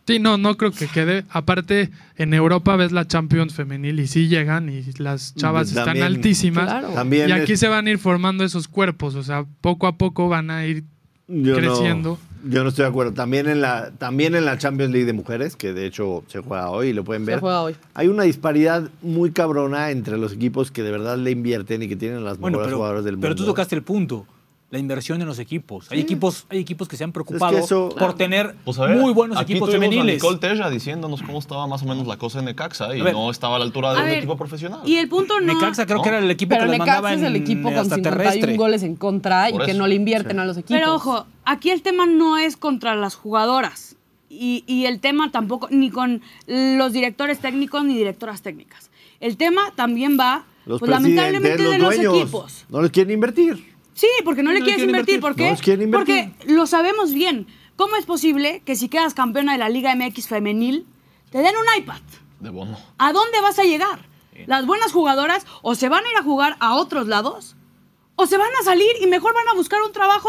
Sí, no, no creo que quede. Aparte, en Europa ves la Champions femenil y sí llegan y las chavas También. están altísimas. Claro. También y aquí es- se van a ir formando esos cuerpos, o sea, poco a poco van a ir yo no- creciendo. yo no estoy de acuerdo. También en, la, también en la Champions League de mujeres, que de hecho se juega hoy y lo pueden Se ver. juega hoy. Hay una disparidad muy cabrona entre los equipos que de verdad le invierten y que tienen las Bueno, mejores pero, jugadoras del pero mundo. tú tocaste el punto. La inversión en los equipos. Hay equipos, hay equipos que se han preocupado eso- por tener Pues a ver, muy buenos aquí equipos tuvimos a femeniles. Nicole Tella diciéndonos cómo estaba más o menos la cosa en Necaxa y A ver. no estaba a la altura de A un ver, equipo profesional. Y el punto no... Necaxa creo que No. era el equipo Pero que mm, les mandaba Necaxa es el en equipo con 51 extraterrestre. goles en contra y Por que eso. no le invierten a los equipos. Pero ojo, aquí el tema no es contra las jugadoras y, y el tema tampoco, ni con los directores técnicos ni directoras técnicas. El tema también va, Los pues, presidentes, lamentablemente, de los dueños, equipos. No les quieren invertir. Sí, porque no, le quieres quieren invertir. invertir. ¿Por No qué? les quieren invertir. Porque lo sabemos bien. ¿Cómo es posible que si quedas campeona de la Liga MX femenil, te den un iPad? De bono. ¿A dónde vas a llegar? Las buenas jugadoras o se van a ir a jugar a otros lados o se van a salir y mejor van a buscar un Mm. trabajo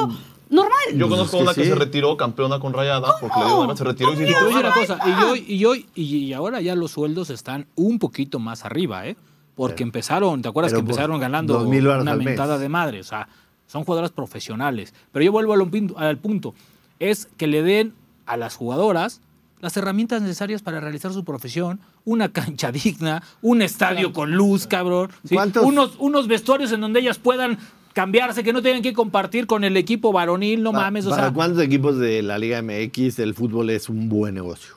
normal. Pues es Yo conozco que una que sí. se retiró campeona con Rayada porque le dio ganas, se retiró y se Y te voy a decir hizo- una cosa, y hoy, y hoy, y, y ahora ya los sueldos están un poquito más arriba, ¿eh? Porque empezaron, ¿te acuerdas pero que por empezaron ganando 2,000 varos una al mes. mentada de madre? O sea, son jugadoras profesionales. Pero yo vuelvo a lo pin- al punto, es que le den a las jugadoras las herramientas necesarias para realizar su profesión, una cancha digna, un estadio con luz, cabrón, ¿sí? ¿Cuántos- unos, unos vestuarios en donde ellas puedan cambiarse, que no tengan que compartir con el equipo varonil, no Pa- mames, o Ah, ¿Para sea, cuántos equipos de la Liga MX el fútbol es un buen negocio?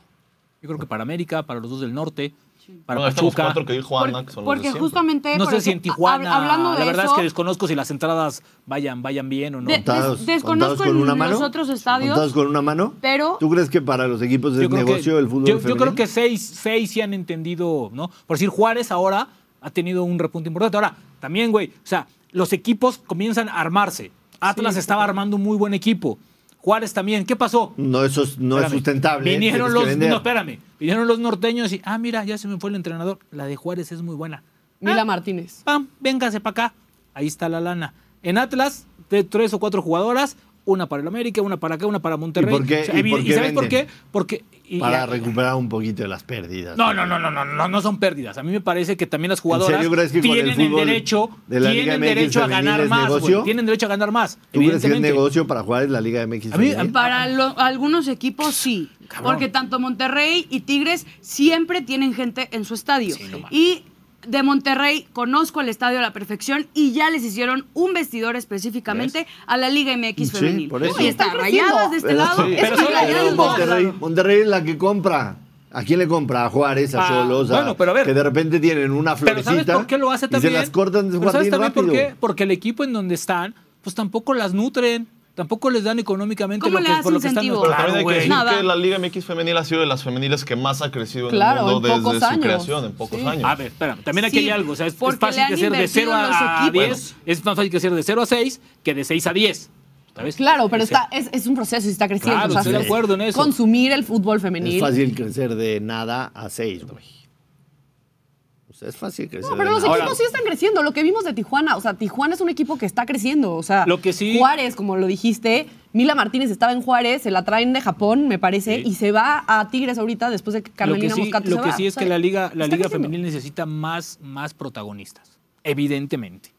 yo creo que para América, para los dos del norte, para Bueno, están los Pachuca. cuatro que dijo Juana, que Porque, son los porque de siempre. justamente. No por sé si ejemplo, en Tijuana. hab- hablando de la verdad eso, es que desconozco si las entradas vayan, vayan bien o no. de- des- ¿Contados- desconozco contados con en una mano? los otros estadios. ¿Contados con una mano? pero- ¿Tú crees que para los equipos es negocio que, el fútbol yo- yo femenil? creo que seis, seis sí han entendido, ¿no? Por decir, Juárez ahora ha tenido un repunte importante. Ahora, también, güey, o sea, los equipos comienzan a armarse. Atlas estaba armando un muy buen equipo. Juárez también. ¿Qué pasó? No, eso es, no es Espérame. sustentable. ¿eh? Vinieron Tienes los, que vender. no, espérame. Vinieron los norteños y, ah, mira, ya se me fue el entrenador. La de Juárez es muy buena. Ah, ah. Mila Martínez. ¡Pam! Véngase para acá. Ahí está la lana. En Atlas, de tres o cuatro jugadoras, una para el América, una para acá, una para Monterrey. ¿Y por qué- O sea, y por evi- qué sabes por venden? qué? Porque. y- Para y- recuperar un poquito de las pérdidas. no, no, no, no, no, no, no son pérdidas. A mí me parece que también las jugadoras serio crees que con el tienen el, fútbol derecho, de la Liga tienen MX derecho a ganar femenil es más, güey. negocio? Tienen derecho a ganar más. ¿Tú crees que es evidentemente. negocio para jugar en la Liga MX? A mí- femenil? Para lo- algunos equipos sí, Cabrón. porque tanto Monterrey y Tigres siempre tienen gente en su estadio. Sí, no mames. y de Monterrey conozco el estadio a la perfección y ya les hicieron un vestidor específicamente a la Liga MX Sí, femenil. por eso. No, y está Están creciendo. rayadas de este Pero- lado. sí, es pero que solo- Rayadas Pero Monterrey- no. Monterrey, Monterrey es la que compra. ¿A quién le compra? A Juárez, a Ah, Solos, bueno, pero a ver. que de repente tienen una Pero florecita ¿sabes por qué lo hace también? y se las cortan de Pero ¿sabes jardín también rápido. por qué? Porque el equipo en donde están, pues tampoco las nutren, tampoco les dan económicamente ¿Cómo lo le que, das por lo que están incentivo? Pero Claro, también hay que güey. decir Nada. que la Liga MX femenil ha sido de las femeniles que más ha crecido en Claro, el mundo en pocos desde su años. creación, en pocos Sí. años. A ver, espérame, también aquí Sí, hay algo, o sea, es, es porque le fácil han crecer de invertido 0 en los a, a equipos. 10, es más fácil crecer de 0 a 6 que de 6 a 10. ¿sabes? Claro, pero O sea, está, es, es un proceso y está creciendo. Claro, O sea, estoy de es acuerdo en eso. Consumir el fútbol Es femenil. fácil crecer de nada a seis, güey. O sea, es fácil crecer No, pero los de nada. equipos sí están creciendo. Lo que vimos de Tijuana, o sea, Tijuana es un equipo que está creciendo. O sea, Lo que sí- Juárez, como lo dijiste, Mila Martínez estaba en Juárez, se la traen de Japón, me parece, Sí. y se va a Tigres ahorita después de que lo que Carmelina sí, Moscato lo se que va. sí es O que sea, la liga, la está liga creciendo. femenil necesita más, más protagonistas, evidentemente.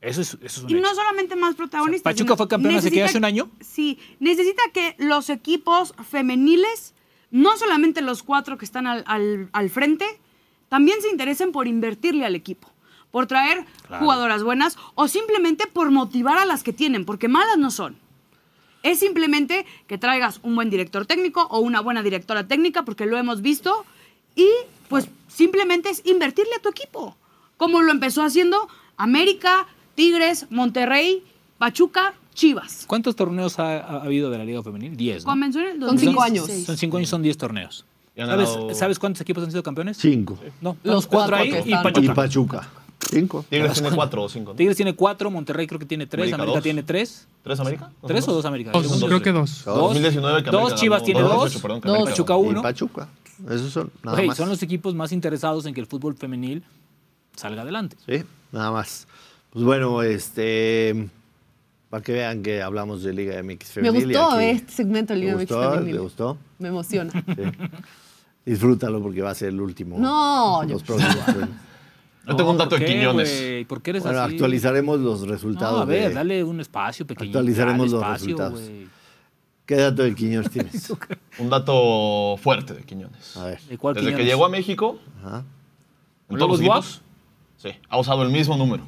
Eso es, eso es un Y hecho. no solamente más protagonistas. O sea, Pachuca sino fue campeón hace, ¿qué? necesita- ¿Hace un año? Sí, necesita que los equipos femeniles, no solamente los cuatro que están al, al- al frente, también se interesen por invertirle al equipo, por traer jugadoras buenas o simplemente por motivar a las que tienen, porque malas no son. Es simplemente que traigas un buen director técnico o una buena directora técnica, porque lo hemos visto, y pues simplemente es invertirle a tu equipo, como lo empezó haciendo América, Tigres, Monterrey, Pachuca, Chivas. ¿Cuántos torneos ha, ha habido de la liga femenil? 10, ¿no? Comenzó en el Son cinco 2016. años. Son 5 años, son 10 torneos. Y han ¿Sabes, ganado- ¿Sabes cuántos equipos han sido campeones? Cinco. No, Los cuatro cuatro ahí que y están. Y Pachuca. Pachuca. Cinco. Tigres tiene cuatro o cinco. ¿no? Tigres tiene cuatro, Monterrey creo que tiene tres, América América, dos. tiene tres. ¿Tres América? ¿No ¿Tres son o dos América? Dos, Yo con creo dos. que dos. Dos. 2019 que Dos, América Chivas ganó, tiene dos, 2018, perdón, que dos, América ganó. Pachuca uno. Y Pachuca. Esos son nada Güey, más. son los equipos más interesados en que el fútbol femenil salga adelante. Sí, nada más. Pues bueno, este. Para que vean que hablamos de Liga MX Me Femenil. y gustó aquí- este segmento de Liga ¿Te MX gustó? femenil. ¿Te gustó? Me emociona. Sí. Disfrútalo porque va a ser el último. No, los yo- próximos. Bueno, Yo tengo un dato ¿por de qué, Quiñones. güey? ¿Por qué eres Bueno, así? actualizaremos los No, resultados. a ver, de- dale un espacio pequeño. Actualizaremos dale los resultados. ¿Qué dato de Quiñones tienes? Un dato fuerte de Quiñones. A ver. ¿De cuál Desde que Quiñones? llegó a México, Ajá. en ¿Lobos todos los equipos, sí, ha usado el mismo número.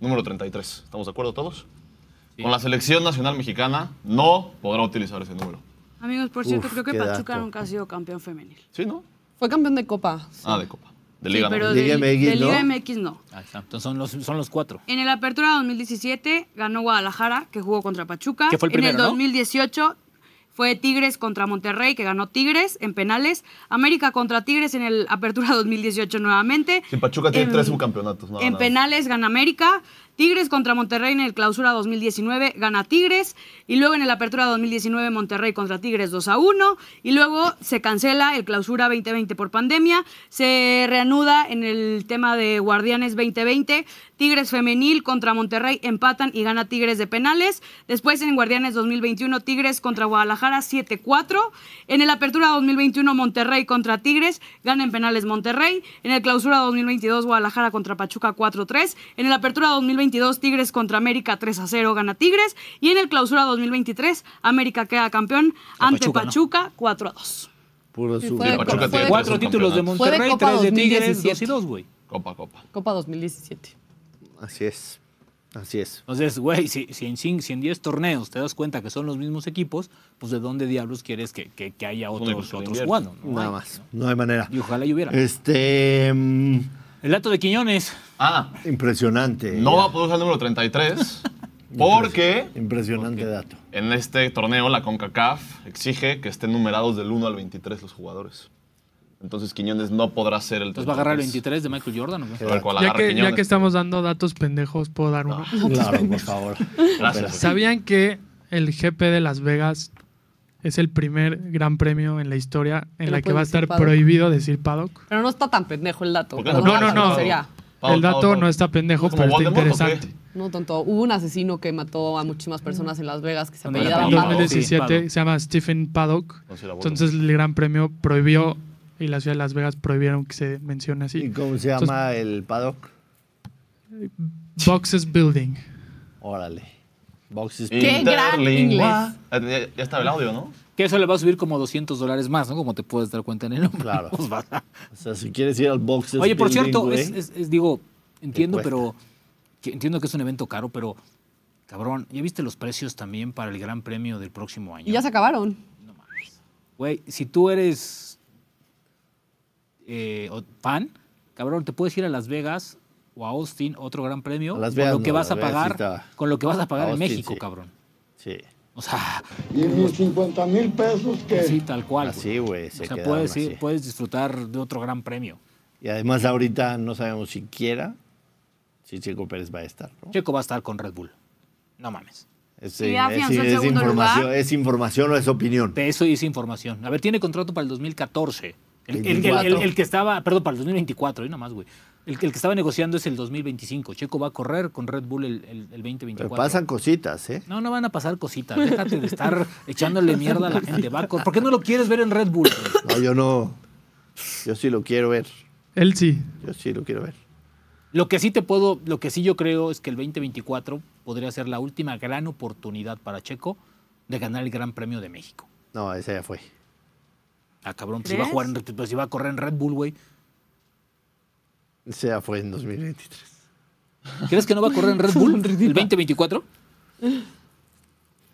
Número 33. ¿Estamos de acuerdo todos? Con la selección nacional mexicana no podrá utilizar ese número. Amigos, por cierto, Uf, creo que qué Pachuca dato. nunca ha sido campeón femenil. ¿Sí, no? Fue campeón de Copa. Ah, de Copa. De Sí, Liga. pero ¿no? de, Liga MX, de Liga ¿no? MX no. Ahí está, Entonces Ah, son los, son los cuatro. En el Apertura 2017 ganó Guadalajara, que jugó contra Pachuca. Que fue el En primero, el ¿no? 2018 fue Tigres contra Monterrey, que ganó Tigres en penales. América contra Tigres en el Apertura 2018 nuevamente. Sí, Pachuca tiene En- tres subcampeonatos. nada Em, en más. penales gana América. Tigres contra Monterrey en el Clausura 2019 gana Tigres. Y luego en el Apertura 2019 Monterrey contra Tigres 2 a 1. Y luego se cancela el Clausura 2020 por pandemia. Se reanuda en el tema de Guardianes 2020. Tigres femenil contra Monterrey empatan y gana Tigres de penales. Después en Guardianes 2021 Tigres contra Guadalajara 7-4. En el Apertura 2021 Monterrey contra Tigres gana en penales Monterrey. En el Clausura 2022 Guadalajara contra Pachuca 4-3. En el Apertura 2022 Tigres contra América 3-0 gana Tigres. Y en el Clausura 2023 América queda campeón A ante Pachuca, ¿no? Pachuca 4-2. Puro Sí, sub- fue de Pachuca Copa- tiene fue de cuatro Cuatro títulos de campeonatos. Fue de Monterrey, Copa tres de Tigres, 2017. dos y dos, güey. Copa, Copa. Copa 2017. Así es. Así es. Entonces, güey, si, si en cin- si en 10 torneos te das cuenta que son los mismos equipos, pues ¿de dónde diablos quieres que, que- que haya equipos otros, que le otros invierten. jugando? No Nada hay. más. No hay manera. Y ojalá y hubiera. Este. mm, El dato de Quiñones. Ah, impresionante. no va a poder usar el número 33 porque Impresionante dato. en este torneo la CONCACAF exige que estén numerados del 1 al 23 los jugadores. Entonces Quiñones no podrá ser el Entonces Pues va a agarrar el 23 de Michael Jordan. ¿o qué? pues, Tal cual, Ya agarra que, ya Quiñones. que estamos dando datos pendejos, puedo dar uno. Ah. Claro, por favor. Gracias. ¿Sabían que el GP de Las Vegas es el primer gran premio en la historia en Que la no que va a puedes decir estar paddock. prohibido decir paddock? Pero no está tan pendejo el dato. ¿Por qué perdón, No, no, la no. grosería. el dato no está pendejo, ¿Es como pero está Voldemort o qué? interesante. No, tonto. Hubo un asesino que mató a muchísimas personas en Las Vegas que se Donde En ya apellidaba Paddock. 2017 Sí, se llama Stephen Paddock. No, sí, la Voldemort. Entonces el Gran Premio prohibió y la ciudad de Las Vegas prohibieron que se ¿Y mencione así. cómo se llama el paddock? Boxes Building. Órale. Boxes. Qué gran Interlingua. Ah, Ya, ya estaba el audio, ¿no? Que eso le va a subir como 200 dólares más, ¿no? Como te puedes dar cuenta en el nombre. Claro. Pues vas a- O sea, si quieres ir al boxes. Oye, por building, cierto, güey, es, es- es- digo, entiendo, cuesta. pero que- entiendo que es un evento caro, pero cabrón, ¿ya viste los precios también para el Gran Premio del próximo año? Y ya se acabaron. Güey, si tú eres eh, o- fan, cabrón, te puedes ir a Las Vegas o a Austin, otro gran premio, A Las con Vegas lo que no, vas a a Las Vegas sí pagar, está- con lo que vas a pagar a en Austin, México, sí. cabrón. Sí. O sea, Y mis 50 mil pesos que... sí, tal cual. pues. Así, güey, O se sea, quedaron puedes, ir- así. puedes disfrutar de otro gran premio. Y además ahorita no sabemos siquiera si Checo Pérez va a estar. ¿no? Checo va a estar con Red Bull. No mames. Es, Y ya es- afianzó el es segundo información, lugar. es información o es opinión. De eso hice información. A ver, tiene contrato para el 2014. El, el- el- el- 24. el que estaba, perdón, para el 2024, y nomás, güey. El, que- el que estaba negociando es el 2025. Checo va a correr con Red Bull el, el, el 2024. Pero pasan cositas, ¿eh? No, no van a pasar cositas. Déjate de estar echándole mierda a la gente. Va a cor- ¿Por qué no lo quieres ver en Red Bull? güey? No, yo no. Yo sí lo quiero ver. Él sí. Yo sí lo quiero ver. Lo que sí te puedo, lo que sí yo creo es que el 2024 podría ser la última gran oportunidad para Checo de ganar el Gran Premio de México. No, esa ya fue. Ah, cabrón, pues si va a, ¿Crees? jugar en- pues si va a correr en Red Bull, güey. Esa ya fue en 2023. ¿Crees que no va a correr en Red Bull el 2024?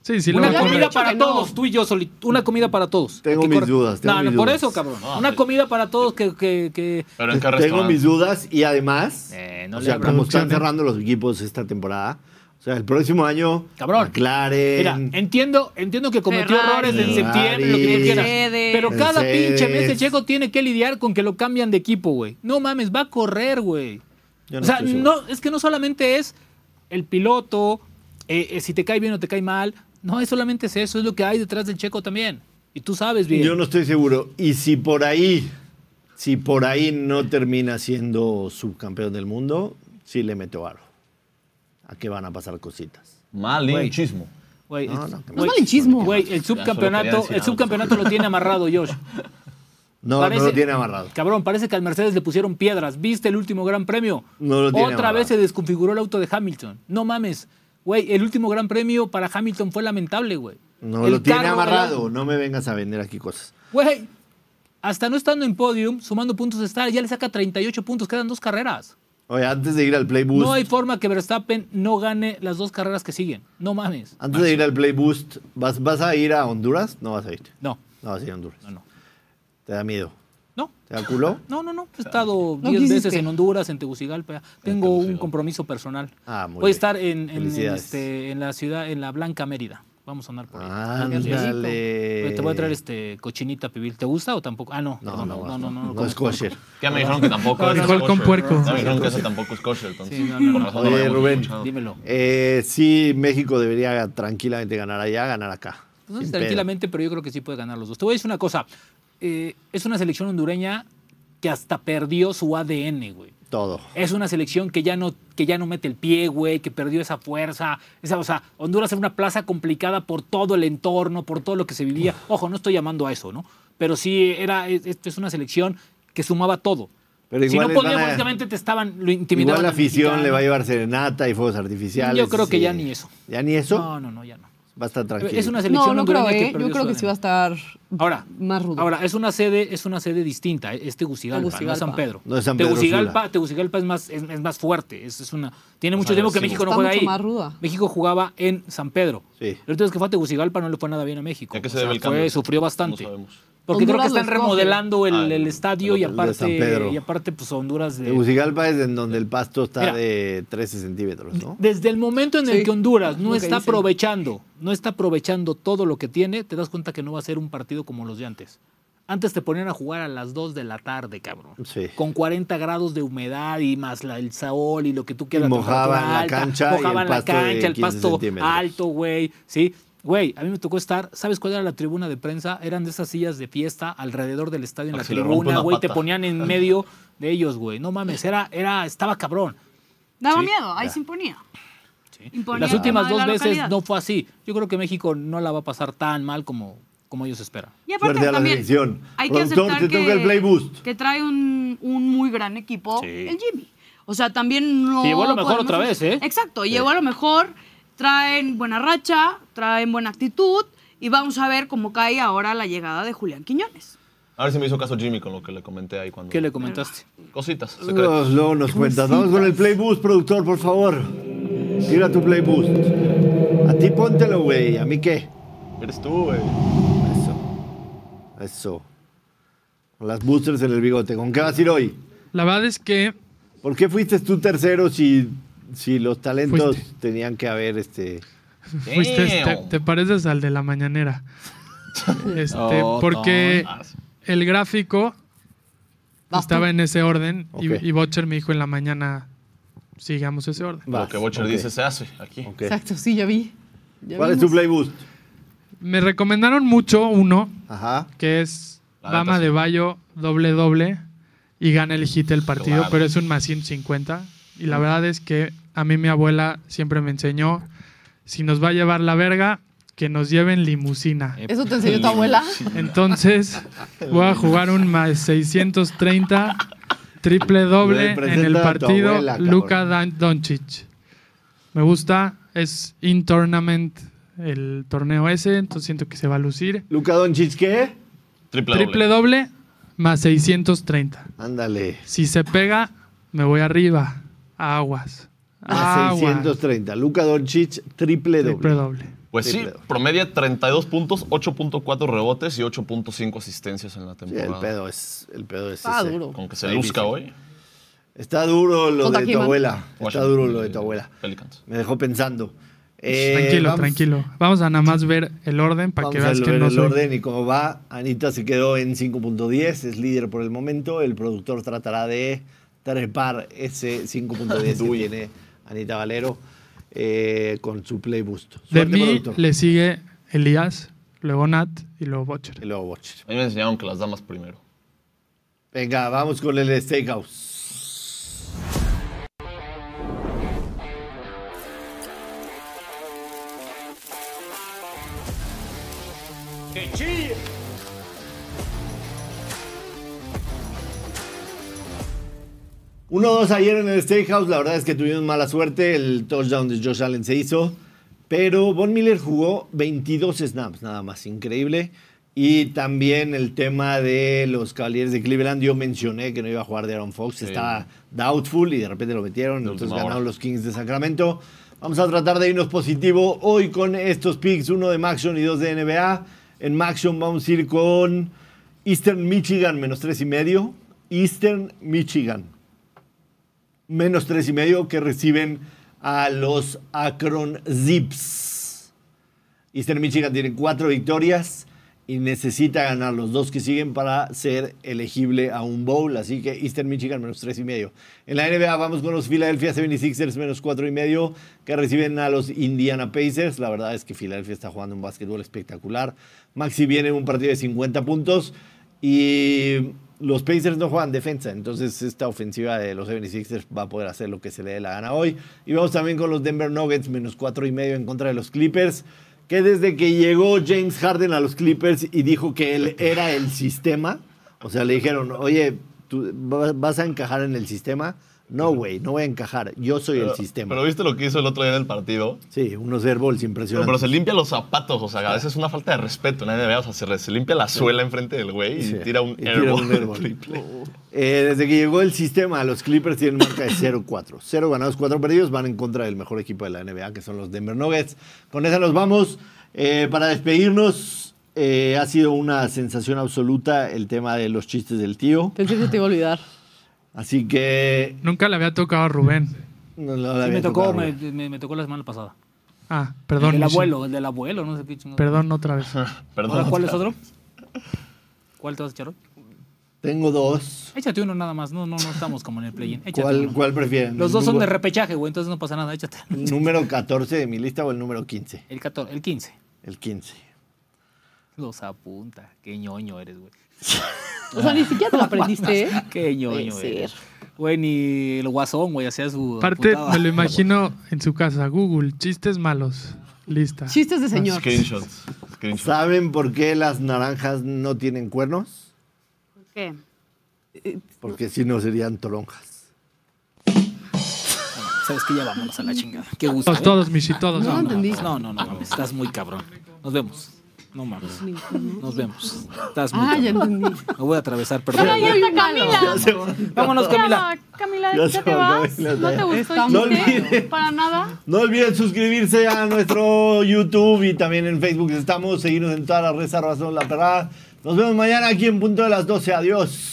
Sí, sí lo una va a comida correr. correr. para Creo que no. todos, tú y yo solito. Una comida para todos. Tengo ¿A qué mis corre? dudas, tengo no, no, mis por dudas. eso, cabrón. No, una Ah, sí. comida para todos que. que, que- Pero en qué Tengo restaurante? mis dudas y además, Eh, no o le sea, abras. como están Pregúntale. cerrando los equipos esta temporada, o sea, el próximo año, Cabrón. McLaren, Mira, entiendo, entiendo que cometió Ferrari, errores en septiembre, lo que tú Ferrari, quieras. Mercedes. Pero cada Mercedes. pinche mes el checo tiene que lidiar con que lo cambian de equipo, güey. No mames, va a correr, güey. Yo no o sea, estoy seguro. no, es que no solamente es el piloto, eh, eh, si te cae bien o te cae mal. No, es solamente es eso, es lo que hay detrás del checo también. Y tú sabes bien. yo no estoy seguro. Y si por ahí, si por ahí no termina siendo subcampeón del mundo, sí le meto aro. ¿A qué van a pasar cositas? Malinchismo. Güey, No, es- no, que No es güey, malinchismo. Güey, el Ya, solo subcampeonato, quería el decir subcampeonato lo tiene amarrado, Josh. No, no Parece- lo tiene amarrado. Cabrón, parece que al Mercedes le pusieron piedras. ¿Viste el último Gran Premio? No lo tiene Otra amarrado. vez se desconfiguró el auto de Hamilton. No mames. Güey, el último Gran Premio para Hamilton fue lamentable, güey. No El lo tiene carro, amarrado. el- No me vengas a vender aquí cosas. Güey, hasta no estando en podium, sumando puntos de estar, ya le saca 38 puntos. Quedan dos carreras. Oye, antes de ir al Play Boost, No hay forma que Verstappen no gane las dos carreras que siguen. No mames. antes de ir al Play Boost, ¿vas, vas a ir a Honduras? No vas a ir. No, No vas a ir a Honduras. no, no. ¿Te da miedo? No. ¿Te da culo? No, no, no. Ah, He estado No 10 veces quisiste. en Honduras, en Tegucigalpa. Tengo un compromiso personal. Ah, muy Voy a bien. estar en, en- en, Felicidades. este, en la ciudad, en la Blanca Mérida. Vamos a andar por ahí. Ah, Ándale. Oye, Te voy a traer este cochinita pibil. ¿te gusta o tampoco? Ah, no. No, perdón, no, no, no, no, no, es kosher. Ya me dijeron que tampoco. es Frijol con kosher. puerco. Ya me dijeron que eso tampoco es kosher. Entonces, Sí, no, no, con no. razón no lo Oye, habíamos Rubén, escuchado. Dímelo. eh, sí, México debería tranquilamente ganar allá, ganar acá. Pues, Sin tranquilamente, pero yo creo que sí puede ganar los dos. Te voy a decir una cosa. Eh, es una selección hondureña que hasta perdió su ADN, güey. pedo. Todo. Es una selección que ya no, que ya no mete el pie, güey, que perdió esa fuerza. Esa, o sea, Honduras era una plaza complicada por todo el entorno, por todo lo que se vivía. Ojo, no estoy llamando a eso, ¿no? Pero sí era, es, esto es una selección que sumaba todo. Pero si igual no les van podía, a- básicamente te estaban, lo intimidaban. Igual la al afición le va a mexicano. llevar serenata y fuegos artificiales. Yo creo que sí. ya ni eso. ¿Ya ni eso? No, no, no, ya no. Va a estar tranquilo. Es una selección No, no creo, hondureña ¿eh? que Yo creo que sí va a estar Ahora, más rudo. ahora es una sede, es una sede distinta, eh, es Tegucigalpa, no es San Tegucigalpa. Pedro. No es San Pedro Tegucigalpa, Sula. Tegucigalpa es más, es, es más fuerte, es, es una, tiene mucho sea, tiempo que sí. México no Está juega mucho ahí. más ruda. México jugaba en San Pedro. Sí. La última vez que fue a Tegucigalpa no le fue nada bien a México. ¿A qué se O sea, debe el fue- cambio? sufrió bastante. No sabemos. Porque Honduras creo que los están coge. remodelando el, Ah, el el- estadio y el de San aparte, Pedro. y aparte pues Honduras de, Tegucigalpa es en donde el pasto está Mira. de 13 centímetros, ¿no? Desde el momento en el Sí, que Honduras no lo que está dicen. aprovechando, no está aprovechando todo lo que tiene, te das cuenta que no va a ser un partido como los de antes. Antes te ponían a jugar a las 2 de la tarde, cabrón. Sí. Con 40 grados de humedad y más la- el saol y lo que tú quieras. Y mojaban temperatura la cancha y el mojaban la pasto de cancha, el 15 pasto centímetros. alto, güey. Sí. Güey, a mí me tocó estar, ¿sabes cuál era la tribuna de prensa? Eran de esas sillas de fiesta alrededor del estadio en Ah, la se le rompe tribuna, una güey, te pata. ponían en medio de ellos, güey. No mames, era, era, estaba cabrón. Daba Sí, miedo, ahí se imponía. Imponía Las el últimas tema de dos la veces localidad. no fue así. Yo creo que México no la va a pasar tan mal como, como ellos esperan. Y aparte Suerte a la también selección. hay que Productor, aceptar te que, toca el Play Boost. que trae un, un muy gran equipo, Sí. el Jimmy. O sea, también no... Que llegó a lo mejor podemos- otra vez, ¿eh? Exacto, llegó a lo mejor, traen buena racha, traen buena actitud y vamos a ver cómo cae ahora la llegada de Julián Quiñones. A ver si me hizo caso Jimmy con lo que le comenté ahí cuando. ¿Qué le comentaste? Cositas. secretos. Luego, luego nos cuentas. Vamos con el Play Boost, productor, por favor. Tira tu Play Boost. A ti póntelo, güey. ¿A mí qué? Eres tú, güey. Eso. Eso. Las boosters en el bigote. ¿Con qué vas a ir hoy? La verdad es que ¿Por qué fuiste tú tercero si, si los talentos Fuiste. tenían que haber este? fuiste, te, Damn. te pareces al de la mañanera. Este, Oh, porque Ah, el gráfico Vas tú. estaba en ese orden Ok. y, y Butcher me dijo en la mañana, sigamos ese orden. Lo Vas, que Bocher ok, dice se hace aquí. ok. Exacto, sí, ya vi. Ya ¿Cuál es tu vimos. play boost? Me recomendaron mucho uno, Ajá. que es La neta, Dama sí. de Bayo doble doble y gana el hit del partido, Claro. pero es un más 150. Y la verdad es que a mí mi abuela siempre me enseñó, si nos va a llevar la verga, que nos lleven limusina. Eh, ¿Eso te enseñó tu abuela? Entonces voy a jugar un más 630 triple doble Güey, en el presenta a tu partido abuela, cabrón. Luka Dan- Doncic. Me gusta, es in tournament el torneo ese, entonces siento que se va a lucir. Luca Doncic qué? Triple, Triple doble. doble más 630. Ándale. Si se pega, me voy arriba. Aguas. A Ah, Aguas. 630. Luca Doncic triple doble. Triple doble. Pues sí, Triple doble. promedia 32 puntos, 8.4 rebotes y 8.5 asistencias en la Sí, el temporada. pedo es el pedo es Ah, ese. duro. Con que se Ahí luzca dice. hoy. Está duro lo Contra de tu Kima. abuela. Está Washington, duro lo de eh, tu abuela. Pelicans. Me dejó pensando. Eh, tranquilo, vamos- tranquilo. Vamos a nada más ver el orden para Vamos que veas a que ver no el soy- orden y cómo va. Anita se quedó en 5.10, es líder por el momento. El productor tratará de trepar ese 5.10 que tiene Anita Valero eh, con su play boost. De Suerte, mí productor. le sigue Elías, luego Nat y luego Butcher. Y luego Watcher. A mí me enseñaron que las damas primero. Venga, vamos con el Steakhouse. Uno 1-2 ayer en el Steakhouse, la verdad es que tuvimos mala suerte, el touchdown de Josh Allen se hizo, pero Von Miller jugó 22 snaps, nada más, increíble. Y también el tema de los Cavaliers de Cleveland, yo mencioné que no iba a jugar de Aaron Fox, estaba doubtful y de repente lo metieron, entonces última ganaron hora. los Kings de Sacramento. Vamos a tratar de irnos positivo hoy con estos picks, uno de Maxion y dos de NBA. En Maxion vamos a ir con Eastern Michigan menos tres y medio. Eastern Michigan menos tres y medio que reciben a los Akron Zips. Eastern Michigan tiene cuatro victorias y necesita ganar los dos que siguen para ser elegible a un bowl. Así que Eastern Michigan menos tres y medio. En la NBA vamos con los Philadelphia 76ers menos cuatro y medio que reciben a los Indiana Pacers. La verdad es que Philadelphia está jugando un básquetbol espectacular. Maxi viene en un partido de 50 puntos y los Pacers no juegan defensa, entonces esta ofensiva de los 76ers va a poder hacer lo que se le dé la gana hoy. Y vamos también con los Denver Nuggets, menos cuatro y medio en contra de los Clippers, que desde que llegó James Harden a los Clippers y dijo que él era el sistema, o sea, le dijeron, oye, ¿tú va- vas a encajar en el sistema? No, güey, no voy a encajar, yo soy el sistema. Pero viste lo que hizo el otro día en el partido. sí, unos airballs Pero, impresionantes. pero se limpia los zapatos, o sea, a veces es una falta de respeto en la NBA, o sea, se, re- se limpia la suela enfrente del güey y Sí, tira un y tira airball. un de airball. triple. Eh, desde que llegó el sistema, los Clippers tienen marca de 0-4. 0 ganados, 4 perdidos. Van en contra del mejor equipo de la NBA, que son los Denver Nuggets. Con esa nos vamos. Eh, para despedirnos, eh, ha sido una sensación absoluta el tema de los chistes del tío. Pensé que te iba a olvidar. Así que... Nunca le había tocado a Rubén. no la Sí, había me, tocó, tocado, me, güey. me- me tocó la semana pasada. Ah, El perdón. del Michelle. abuelo, Ah, el del abuelo, no sé qué chingado. Perdón otra vez. Oh. Perdón. Ahora, ¿Cuál es otro? ¿Cuál te vas a echar hoy? Tengo dos. Échate uno nada más. No, no, no estamos como en el play-in. Échate ¿Cuál, uno. cuál prefieren? Los dos son de ¿El repechaje, güey, entonces no pasa nada. Échate. ¿Número 14 de mi lista o el número 15? El 14, el 15. El 15. Los apunta. Qué ñoño eres, güey. O sea, ni siquiera te lo aprendiste, ¿eh? Qué ñoño Puede eres. ser. Güey, ni el guasón, güey, hacía su. Aparte, apuntaba. me lo imagino en su casa. Google, chistes malos. Lista. Chistes de señor. Screenshots. Screenshots. ¿Saben por qué las naranjas no tienen cuernos? ¿Qué? Porque si no serían toronjas. Sabes que ya vámonos a la chingada. Qué gusto. Todos, ¿eh? todos, Michi, todos. No, no, entendí. No, no, no, mames, estás muy cabrón. Nos vemos. No mames. Nos vemos. Estás muy Ah, ya cabrón. entendí. Me voy a atravesar, perdón. Pero ahí Muy está malo. Camila. Vámonos, Camila. Ya, Camila, Ya ¿ya, se te va, vas? Camila, ¿No ya. te gustó Está el muy chiste? bien. ¿Para nada? No olviden suscribirse a nuestro YouTube y también en Facebook estamos, seguirnos en todas las redes arroba Somos la perrada. Nos vemos mañana aquí en punto de las 12. Adiós.